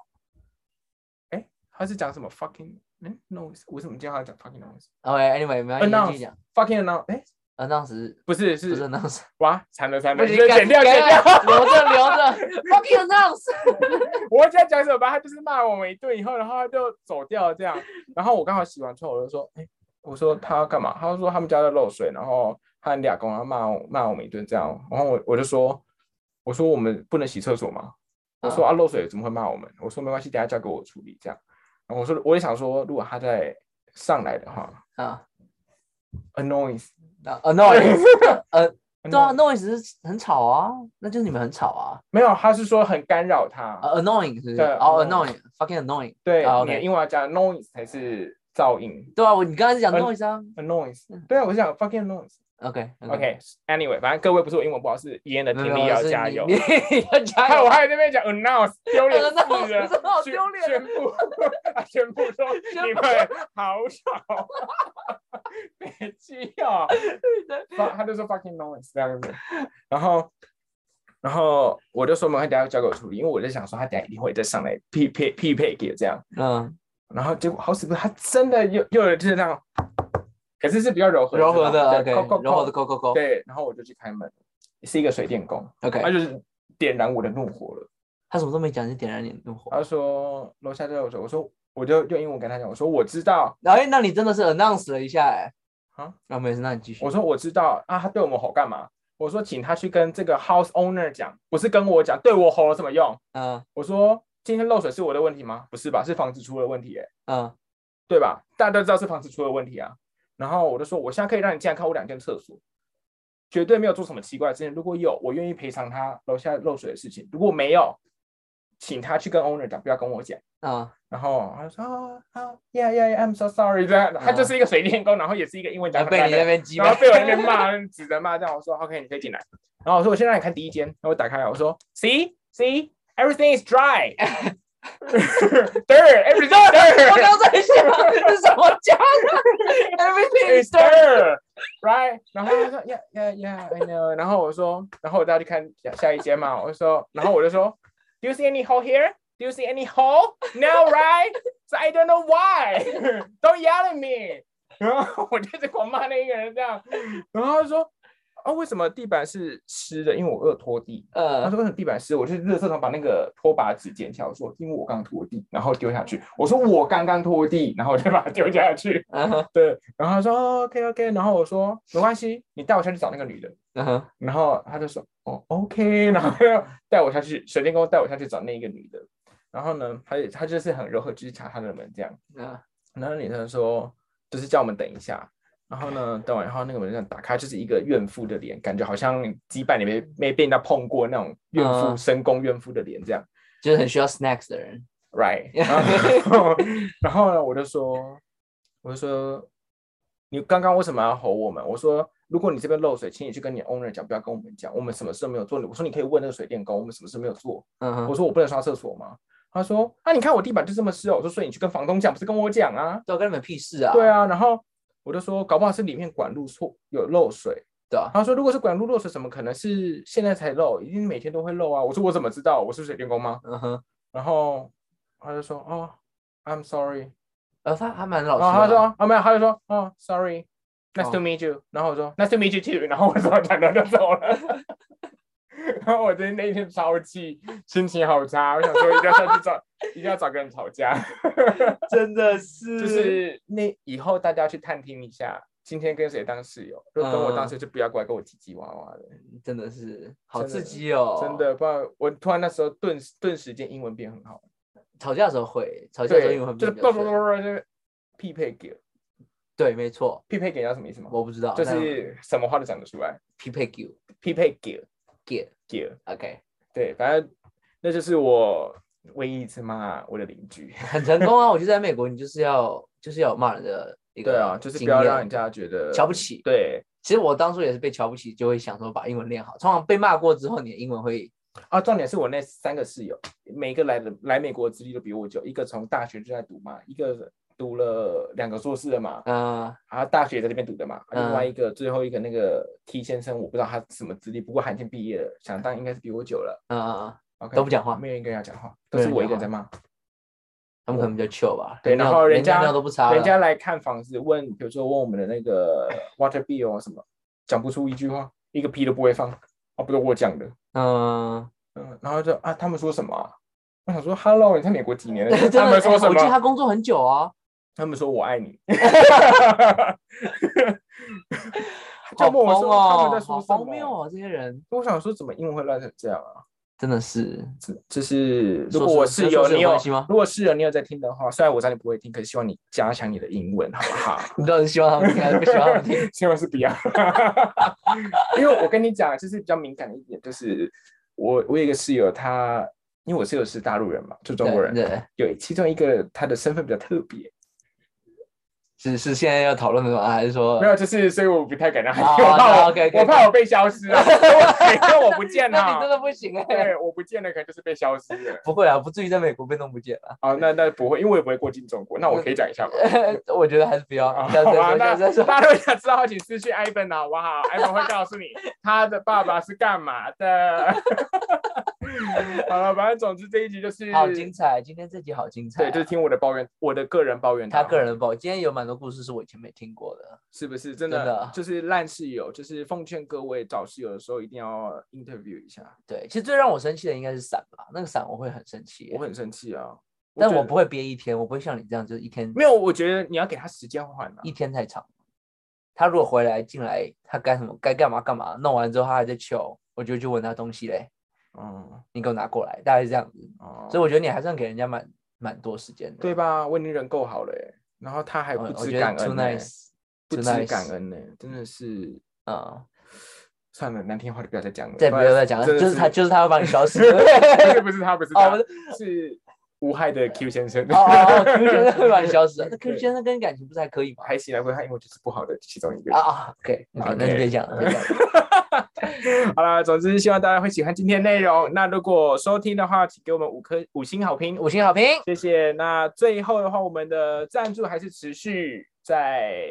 Speaker 1: 他是讲什么 fucking 嗯 noise？我怎么叫他讲 fucking noise？fucking
Speaker 2: ，OK，anyway，没关系，你继续
Speaker 1: Announce
Speaker 2: 讲。
Speaker 1: noise？哎，
Speaker 2: 啊，当时
Speaker 1: 不是
Speaker 2: 不是
Speaker 1: 是
Speaker 2: 当时，
Speaker 1: 哇，惨了惨
Speaker 2: 不
Speaker 1: 了，
Speaker 2: 行，
Speaker 1: 这
Speaker 2: 干
Speaker 1: 剪掉
Speaker 2: 干
Speaker 1: 剪掉，
Speaker 2: 留着留着，fucking announce，
Speaker 1: 我忘记他讲什么吧，他就是骂我们一顿以后，然后他就走掉了这 样。然后我刚好洗完之后，我就说，哎、我说他要干嘛？他就说他们家在漏水，然后他俩公然后骂我骂我们一顿这样。然后我我就说，我我说我们不能洗厕所吗？我
Speaker 2: 嗯
Speaker 1: 说啊漏水怎么会骂我们？我说没关系，等下交给我处理这样。然后我说我也想说，如果他在上来的话
Speaker 2: 啊
Speaker 1: ，annoyance，
Speaker 2: 啊，annoyance，呃， 对啊
Speaker 1: annoyance-
Speaker 2: ，noise 是很吵啊，那就是你们很吵啊。
Speaker 1: 没有，他是说很干扰他，
Speaker 2: 呃 annoying 是不是？
Speaker 1: 对啊
Speaker 2: 哦
Speaker 1: annoying
Speaker 2: ，annoying，fucking annoying。
Speaker 1: 对，
Speaker 2: 啊
Speaker 1: 你
Speaker 2: ，OK
Speaker 1: 的英文要加 noise 才是噪音
Speaker 2: 对啊，我你刚才是讲
Speaker 1: 嗯
Speaker 2: noise 啊。
Speaker 1: annoyance，对啊，我是想 fucking noise。
Speaker 2: OK 嗯
Speaker 1: OK，Anyway，反正各位不是我英文不好，是伊恩的听
Speaker 2: 没有
Speaker 1: 力
Speaker 2: 没有
Speaker 1: 要
Speaker 2: 哦是
Speaker 1: 加
Speaker 2: 你
Speaker 1: 油
Speaker 2: 你。 你要加
Speaker 1: 害
Speaker 2: 油
Speaker 1: 我。还在那边讲 announce，丢脸
Speaker 2: Announce，
Speaker 1: 死了，
Speaker 2: 真的好
Speaker 1: 宣
Speaker 2: 丢脸
Speaker 1: 宣布，他宣布说
Speaker 2: 宣布
Speaker 1: 你们好 吵，别气哦。他他就说 fucking noise 这样子，然后然后我就说没关系，等下交给我处理，因为我在想说他等下一定会再上来匹配匹配给这样，
Speaker 2: 嗯，
Speaker 1: 然后结果好死不死，他真的又又有就是那样，可是是比较柔和
Speaker 2: 柔和的
Speaker 1: 对
Speaker 2: OK，
Speaker 1: 叩叩
Speaker 2: 柔和
Speaker 1: 叩
Speaker 2: 的扣扣扣
Speaker 1: 对，然后我就去开门，是一个水电工，他
Speaker 2: OK。
Speaker 1: 就是点燃我的怒火了。
Speaker 2: 他什么都没讲，就点燃你的怒火。
Speaker 1: 他说楼下就有水，我说我就用英文跟他讲，我说我知道，
Speaker 2: 哎，那你真的是 announce 了一下哎。
Speaker 1: 啊，
Speaker 2: 那没事，那你继续
Speaker 1: 我。说我知道啊，他对我们吼干嘛？我说请他去跟这个 house owner 讲，不是跟我讲，对我吼有什么用？
Speaker 2: 嗯
Speaker 1: 我说今天漏水是我的问题吗？不是吧，是房子出了问题、欸，
Speaker 2: 嗯
Speaker 1: 对吧？大家都知道是房子出了问题啊。然后我就说，我现在可以让你进来看我两间厕所，绝对没有做什么奇怪的事情。如果有，我愿意赔偿他楼下漏水的事情；如果没有，请他去跟 owner 讲，不要跟我讲。
Speaker 2: 嗯
Speaker 1: 然后他就说啊啊，Yeah Yeah Yeah，I'm so sorry。这样，他就是一个水电工，然后也是一个英文
Speaker 2: 然
Speaker 1: 讲
Speaker 2: 后
Speaker 1: 很烂
Speaker 2: 被啊你那
Speaker 1: 的，
Speaker 2: 边击
Speaker 1: 然后
Speaker 2: 败。
Speaker 1: 被我那边骂，指着骂这样。我说 OK，你可以进来。然后我说我先让你看第一间，然后我打开来，我说 See See。Everything is dry. dirt, everything is
Speaker 2: 你知道 我刚
Speaker 1: dirt.
Speaker 2: 刚在想是什么家？Everything
Speaker 1: It's
Speaker 2: is dirt。
Speaker 1: dirt, right? 然后他说 Yeah Yeah Yeah, I know. 然后我说，然后我再去看下下一间嘛。我说，然后我就说，Do you see any hole here? Do you see any hole? No, right? So I don't know why. Don't yell at me. 然后我就是狂骂那一个人这样，然后他说。啊、为什么地板是湿的？因为我有拖地。他
Speaker 2: 呃，
Speaker 1: 说为什么地板湿？我去热圾桶把那个拖把纸捡起来。我说因为我刚拖地，然后丢下去。我说我刚刚拖地，然后我就把它丢下去。
Speaker 2: 嗯哼
Speaker 1: 对，然后他说、OK OK，然后我说没关系，你带我下去找那个女的。
Speaker 2: 嗯哼
Speaker 1: 然后他就说哦 OK，然后 他就带我下去，水电工带我下去找那一个女的。然后呢，他他就是很柔和，就是查他的门这样。
Speaker 2: 嗯
Speaker 1: 然后女生说就是叫我们等一下。然后呢，等完以后那个门这样打开，就是一个怨妇的脸，感觉好像几百年没没被人家碰过那种怨妇、
Speaker 2: 嗯
Speaker 1: 深宫怨妇的脸这样。
Speaker 2: 就是很需要 snacks 的人。
Speaker 1: right？然 后然后呢，我就说，我就说，你刚刚为什么要吼我们？我说，如果你这边漏水，请你去跟你 owner 讲，不要跟我们讲，我们什么事都没有做。我说你可以问那个水电工，我们什么事没有做。
Speaker 2: 嗯
Speaker 1: 我
Speaker 2: 哼，
Speaker 1: 说我不能刷厕所吗？他说，啊，你看我地板就这么湿哦。我说，所以你去跟房东讲，不是跟我讲啊？
Speaker 2: 对啊，跟你们屁事啊。
Speaker 1: 对，啊，然后我就说，搞不好是里面管路错有漏水。
Speaker 2: 对啊。
Speaker 1: 他说，如果是管路漏水，怎么可能是现在才漏？一定每天都会漏啊。我说我怎么知道？我是水电工吗？
Speaker 2: 嗯哼，
Speaker 1: 然后他就说：“哦，I'm sorry。”
Speaker 2: 呃，他还蛮老
Speaker 1: 然后
Speaker 2: 实的
Speaker 1: 他
Speaker 2: 啊。
Speaker 1: 说：“哦，没有。”他就说：“哦，sorry，nice to
Speaker 2: 哦
Speaker 1: meet you。”然后我说：“nice to meet you too。”然后我说：“转头就走了。” 然后我真的那一天超气，心情好差，我想说一定要上去找，一定要找个人吵架。
Speaker 2: 真的是，
Speaker 1: 就是那以后大家去探听一下，今天跟谁当室友，就跟我当
Speaker 2: 嗯
Speaker 1: 室友就不要过来跟我唧唧哇哇的，
Speaker 2: 真的是好
Speaker 1: 真的
Speaker 2: 刺激哦，
Speaker 1: 真。的。不然我突然那时候顿顿时间英文变很好，
Speaker 2: 吵架的时候会，吵架的时候
Speaker 1: 对
Speaker 2: 英文，会
Speaker 1: 就
Speaker 2: 变
Speaker 1: 是
Speaker 2: 比
Speaker 1: 叭叭
Speaker 2: 较
Speaker 1: 叭
Speaker 2: 顺。
Speaker 1: 叭就是匹配给。
Speaker 2: 对，没错，
Speaker 1: 匹配给要什么意思吗？
Speaker 2: 我不知道，
Speaker 1: 就
Speaker 2: 但
Speaker 1: 是什么话都讲得出来，
Speaker 2: 匹配 Q
Speaker 1: 匹配给
Speaker 2: get
Speaker 1: 给，
Speaker 2: OK，
Speaker 1: 对，反正那就是我唯一一次骂我的邻 居。
Speaker 2: 很成功啊！我觉得在美国，你就是要就是要有骂人的一个
Speaker 1: 对啊，就是不
Speaker 2: 经
Speaker 1: 要
Speaker 2: 验
Speaker 1: 让人家觉得
Speaker 2: 瞧不起
Speaker 1: 对
Speaker 2: 其实我当初也是被瞧不起，就会想说把英文练好。通常被骂过之后，你的英文会
Speaker 1: 啊，重点是我那三个室友，每一个来的来美国的资历都比我久，一个从大学就在读嘛，一个读了两个硕士的嘛，
Speaker 2: 呃
Speaker 1: 然后大学也在这边读的嘛，啊
Speaker 2: 嗯
Speaker 1: 另外一个最后一个那个 T 先生，我不知道他什么资历，不过他已经毕业了，想当应该是比我久了。
Speaker 2: 呃，
Speaker 1: OK，
Speaker 2: 都不讲话
Speaker 1: 没有一个人要讲话，
Speaker 2: 没
Speaker 1: 都
Speaker 2: 有
Speaker 1: 是
Speaker 2: 人
Speaker 1: 我一
Speaker 2: 讲
Speaker 1: 个人
Speaker 2: 话
Speaker 1: 在骂。
Speaker 2: 他们可能比较 chill 吧。
Speaker 1: 对
Speaker 2: 人
Speaker 1: 然
Speaker 2: 尿
Speaker 1: 后人
Speaker 2: 人家
Speaker 1: 家
Speaker 2: 尿都不擦了，
Speaker 1: 人家来看房子，问，比如说问我们的那个 water bill 啊什么，讲不出一句话，一个屁都不会放，啊，不是我讲的，
Speaker 2: 嗯，
Speaker 1: 嗯，然后就啊，他们说什么啊、我想说，Hello，你在美国几年了？
Speaker 2: 真
Speaker 1: 他
Speaker 2: 的
Speaker 1: 们
Speaker 2: 哎
Speaker 1: 说什
Speaker 2: 我记得
Speaker 1: 么？
Speaker 2: 他工作很久啊，
Speaker 1: 他们说我爱你。 就
Speaker 2: 好
Speaker 1: 问我
Speaker 2: 疯
Speaker 1: 说他们
Speaker 2: 哦
Speaker 1: 在，
Speaker 2: 好
Speaker 1: 说什
Speaker 2: 荒谬
Speaker 1: 么。啊
Speaker 2: 哦，这些人
Speaker 1: 我想说，怎么英文会乱成这样啊？
Speaker 2: 真的是
Speaker 1: 这就是如
Speaker 2: 说
Speaker 1: 果我室
Speaker 2: 是跟说
Speaker 1: 友，
Speaker 2: 是有
Speaker 1: 你有
Speaker 2: 关系吗
Speaker 1: 如果室友你有在听的话，虽然我知道你不会听，可是希望你加强你的英文，好不好？
Speaker 2: 你到底希望他们听还是不希望他们听？
Speaker 1: 千 万是不要， 因为我跟你讲，就是比较敏感的一点，就是我我有一个室友他，因为我室友是大陆人嘛，就中国人，
Speaker 2: 对对，
Speaker 1: 有其中一个他的身份比较特别，
Speaker 2: 是是现在要讨论的吗？还是说
Speaker 1: 没有，就是所以我不太敢让他
Speaker 2: 哦
Speaker 1: 听，我怕我
Speaker 2: OK，OK，OK
Speaker 1: 我怕我被消失 啊，因为我不见
Speaker 2: 那你真
Speaker 1: 了，
Speaker 2: 的不行哎、
Speaker 1: 对，我不见了，可能就是被消失了。
Speaker 2: 不会啊，不至于在美国被弄不见 啊。
Speaker 1: 哦，那那不会，因为我也不会过境中国，那我可以讲一下吗？
Speaker 2: 我觉得还是不要
Speaker 1: 啊，
Speaker 2: 下次
Speaker 1: 好
Speaker 2: 再
Speaker 1: 吧
Speaker 2: 说，
Speaker 1: 那
Speaker 2: 下次再说。
Speaker 1: 大家如果想知道，请私讯艾文好不好？艾 文会告诉你他的爸爸是干嘛的。 好了，反正总之这一集就是，
Speaker 2: 好精彩，今天这集好精彩、啊
Speaker 1: 对，就是听我的抱怨，我的个人抱怨
Speaker 2: 他
Speaker 1: 大会。
Speaker 2: 个人的报，今天有蛮多故事是我以前没听过的。
Speaker 1: 是不是真的
Speaker 2: 真的啊
Speaker 1: 就是烂室友？就是奉劝各位找室友的时候一定要 interview 一下。
Speaker 2: 对，其实最让我生气的应该是伞吧，那个伞我会很生气
Speaker 1: 我，很生气啊，
Speaker 2: 但
Speaker 1: 觉得
Speaker 2: 我不会憋一天，我不会像你这样，就是一天
Speaker 1: 没有，我觉得你要给他时间缓啊
Speaker 2: 一。天太长。他如果回来进来，他该什么该干嘛干嘛，弄完之后他还在求，我就去问他东西嘞，
Speaker 1: 嗯，
Speaker 2: 你给我拿过来，大概是这样子。
Speaker 1: 哦，
Speaker 2: 所以我觉得你还算给人家蛮蛮多时间的。
Speaker 1: 对吧？我已经人够好了欸，然后他还
Speaker 2: 我
Speaker 1: 不
Speaker 2: 我
Speaker 1: 知
Speaker 2: 觉
Speaker 1: 感
Speaker 2: 得
Speaker 1: 恩
Speaker 2: too
Speaker 1: 欸，
Speaker 2: nice，
Speaker 1: 不
Speaker 2: too
Speaker 1: 知
Speaker 2: nice
Speaker 1: 感恩呢，欸真的是。
Speaker 2: 嗯，
Speaker 1: 算了，难听话就不要再讲了，
Speaker 2: 再不
Speaker 1: 然
Speaker 2: 要再讲了，
Speaker 1: 真
Speaker 2: 就
Speaker 1: 的
Speaker 2: 是他，就是他 会把你消失。
Speaker 1: 不是不是他，不是
Speaker 2: 哦，
Speaker 1: 他
Speaker 2: 不，是，
Speaker 1: 是无害的 Q 先生。
Speaker 2: 哦哦哦，Q 先生会把你消失。那 Q
Speaker 1: 对
Speaker 2: 先生跟你感情不是还可以吗？
Speaker 1: 还行啊，不过他英文就是不好的其中一个
Speaker 2: 啊。啊，OK，那就
Speaker 1: OK
Speaker 2: 别讲了，别 讲了。
Speaker 1: 好啦，总之希望大家会喜欢今天内容。那如果收听的话，请给我们五颗五星好评，
Speaker 2: 五星好评，
Speaker 1: 谢谢。那最后的话，我们的赞助还是持续在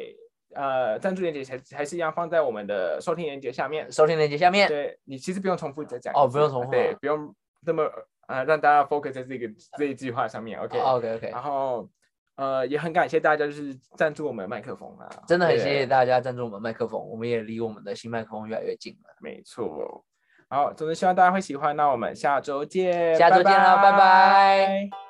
Speaker 1: 呃赞助链接还还是一样放在我们的收听链接下面。
Speaker 2: 收听链接下面。
Speaker 1: 对你其实不用重复再讲一次
Speaker 2: 哦不用重复啊
Speaker 1: 对，不用那么呃让大家 focus 在这个这一句话上面。OK，
Speaker 2: OK OK，
Speaker 1: 然后呃，也很感谢大家就是赞助我们的麦克风啊，
Speaker 2: 真的很谢
Speaker 1: 对
Speaker 2: 谢，大家赞助我们麦克风，我们也离我们的新麦克风越来越近了。
Speaker 1: 没错。好，总之希望大家会喜欢，那我们下周见，
Speaker 2: 下周见啦拜拜
Speaker 1: 拜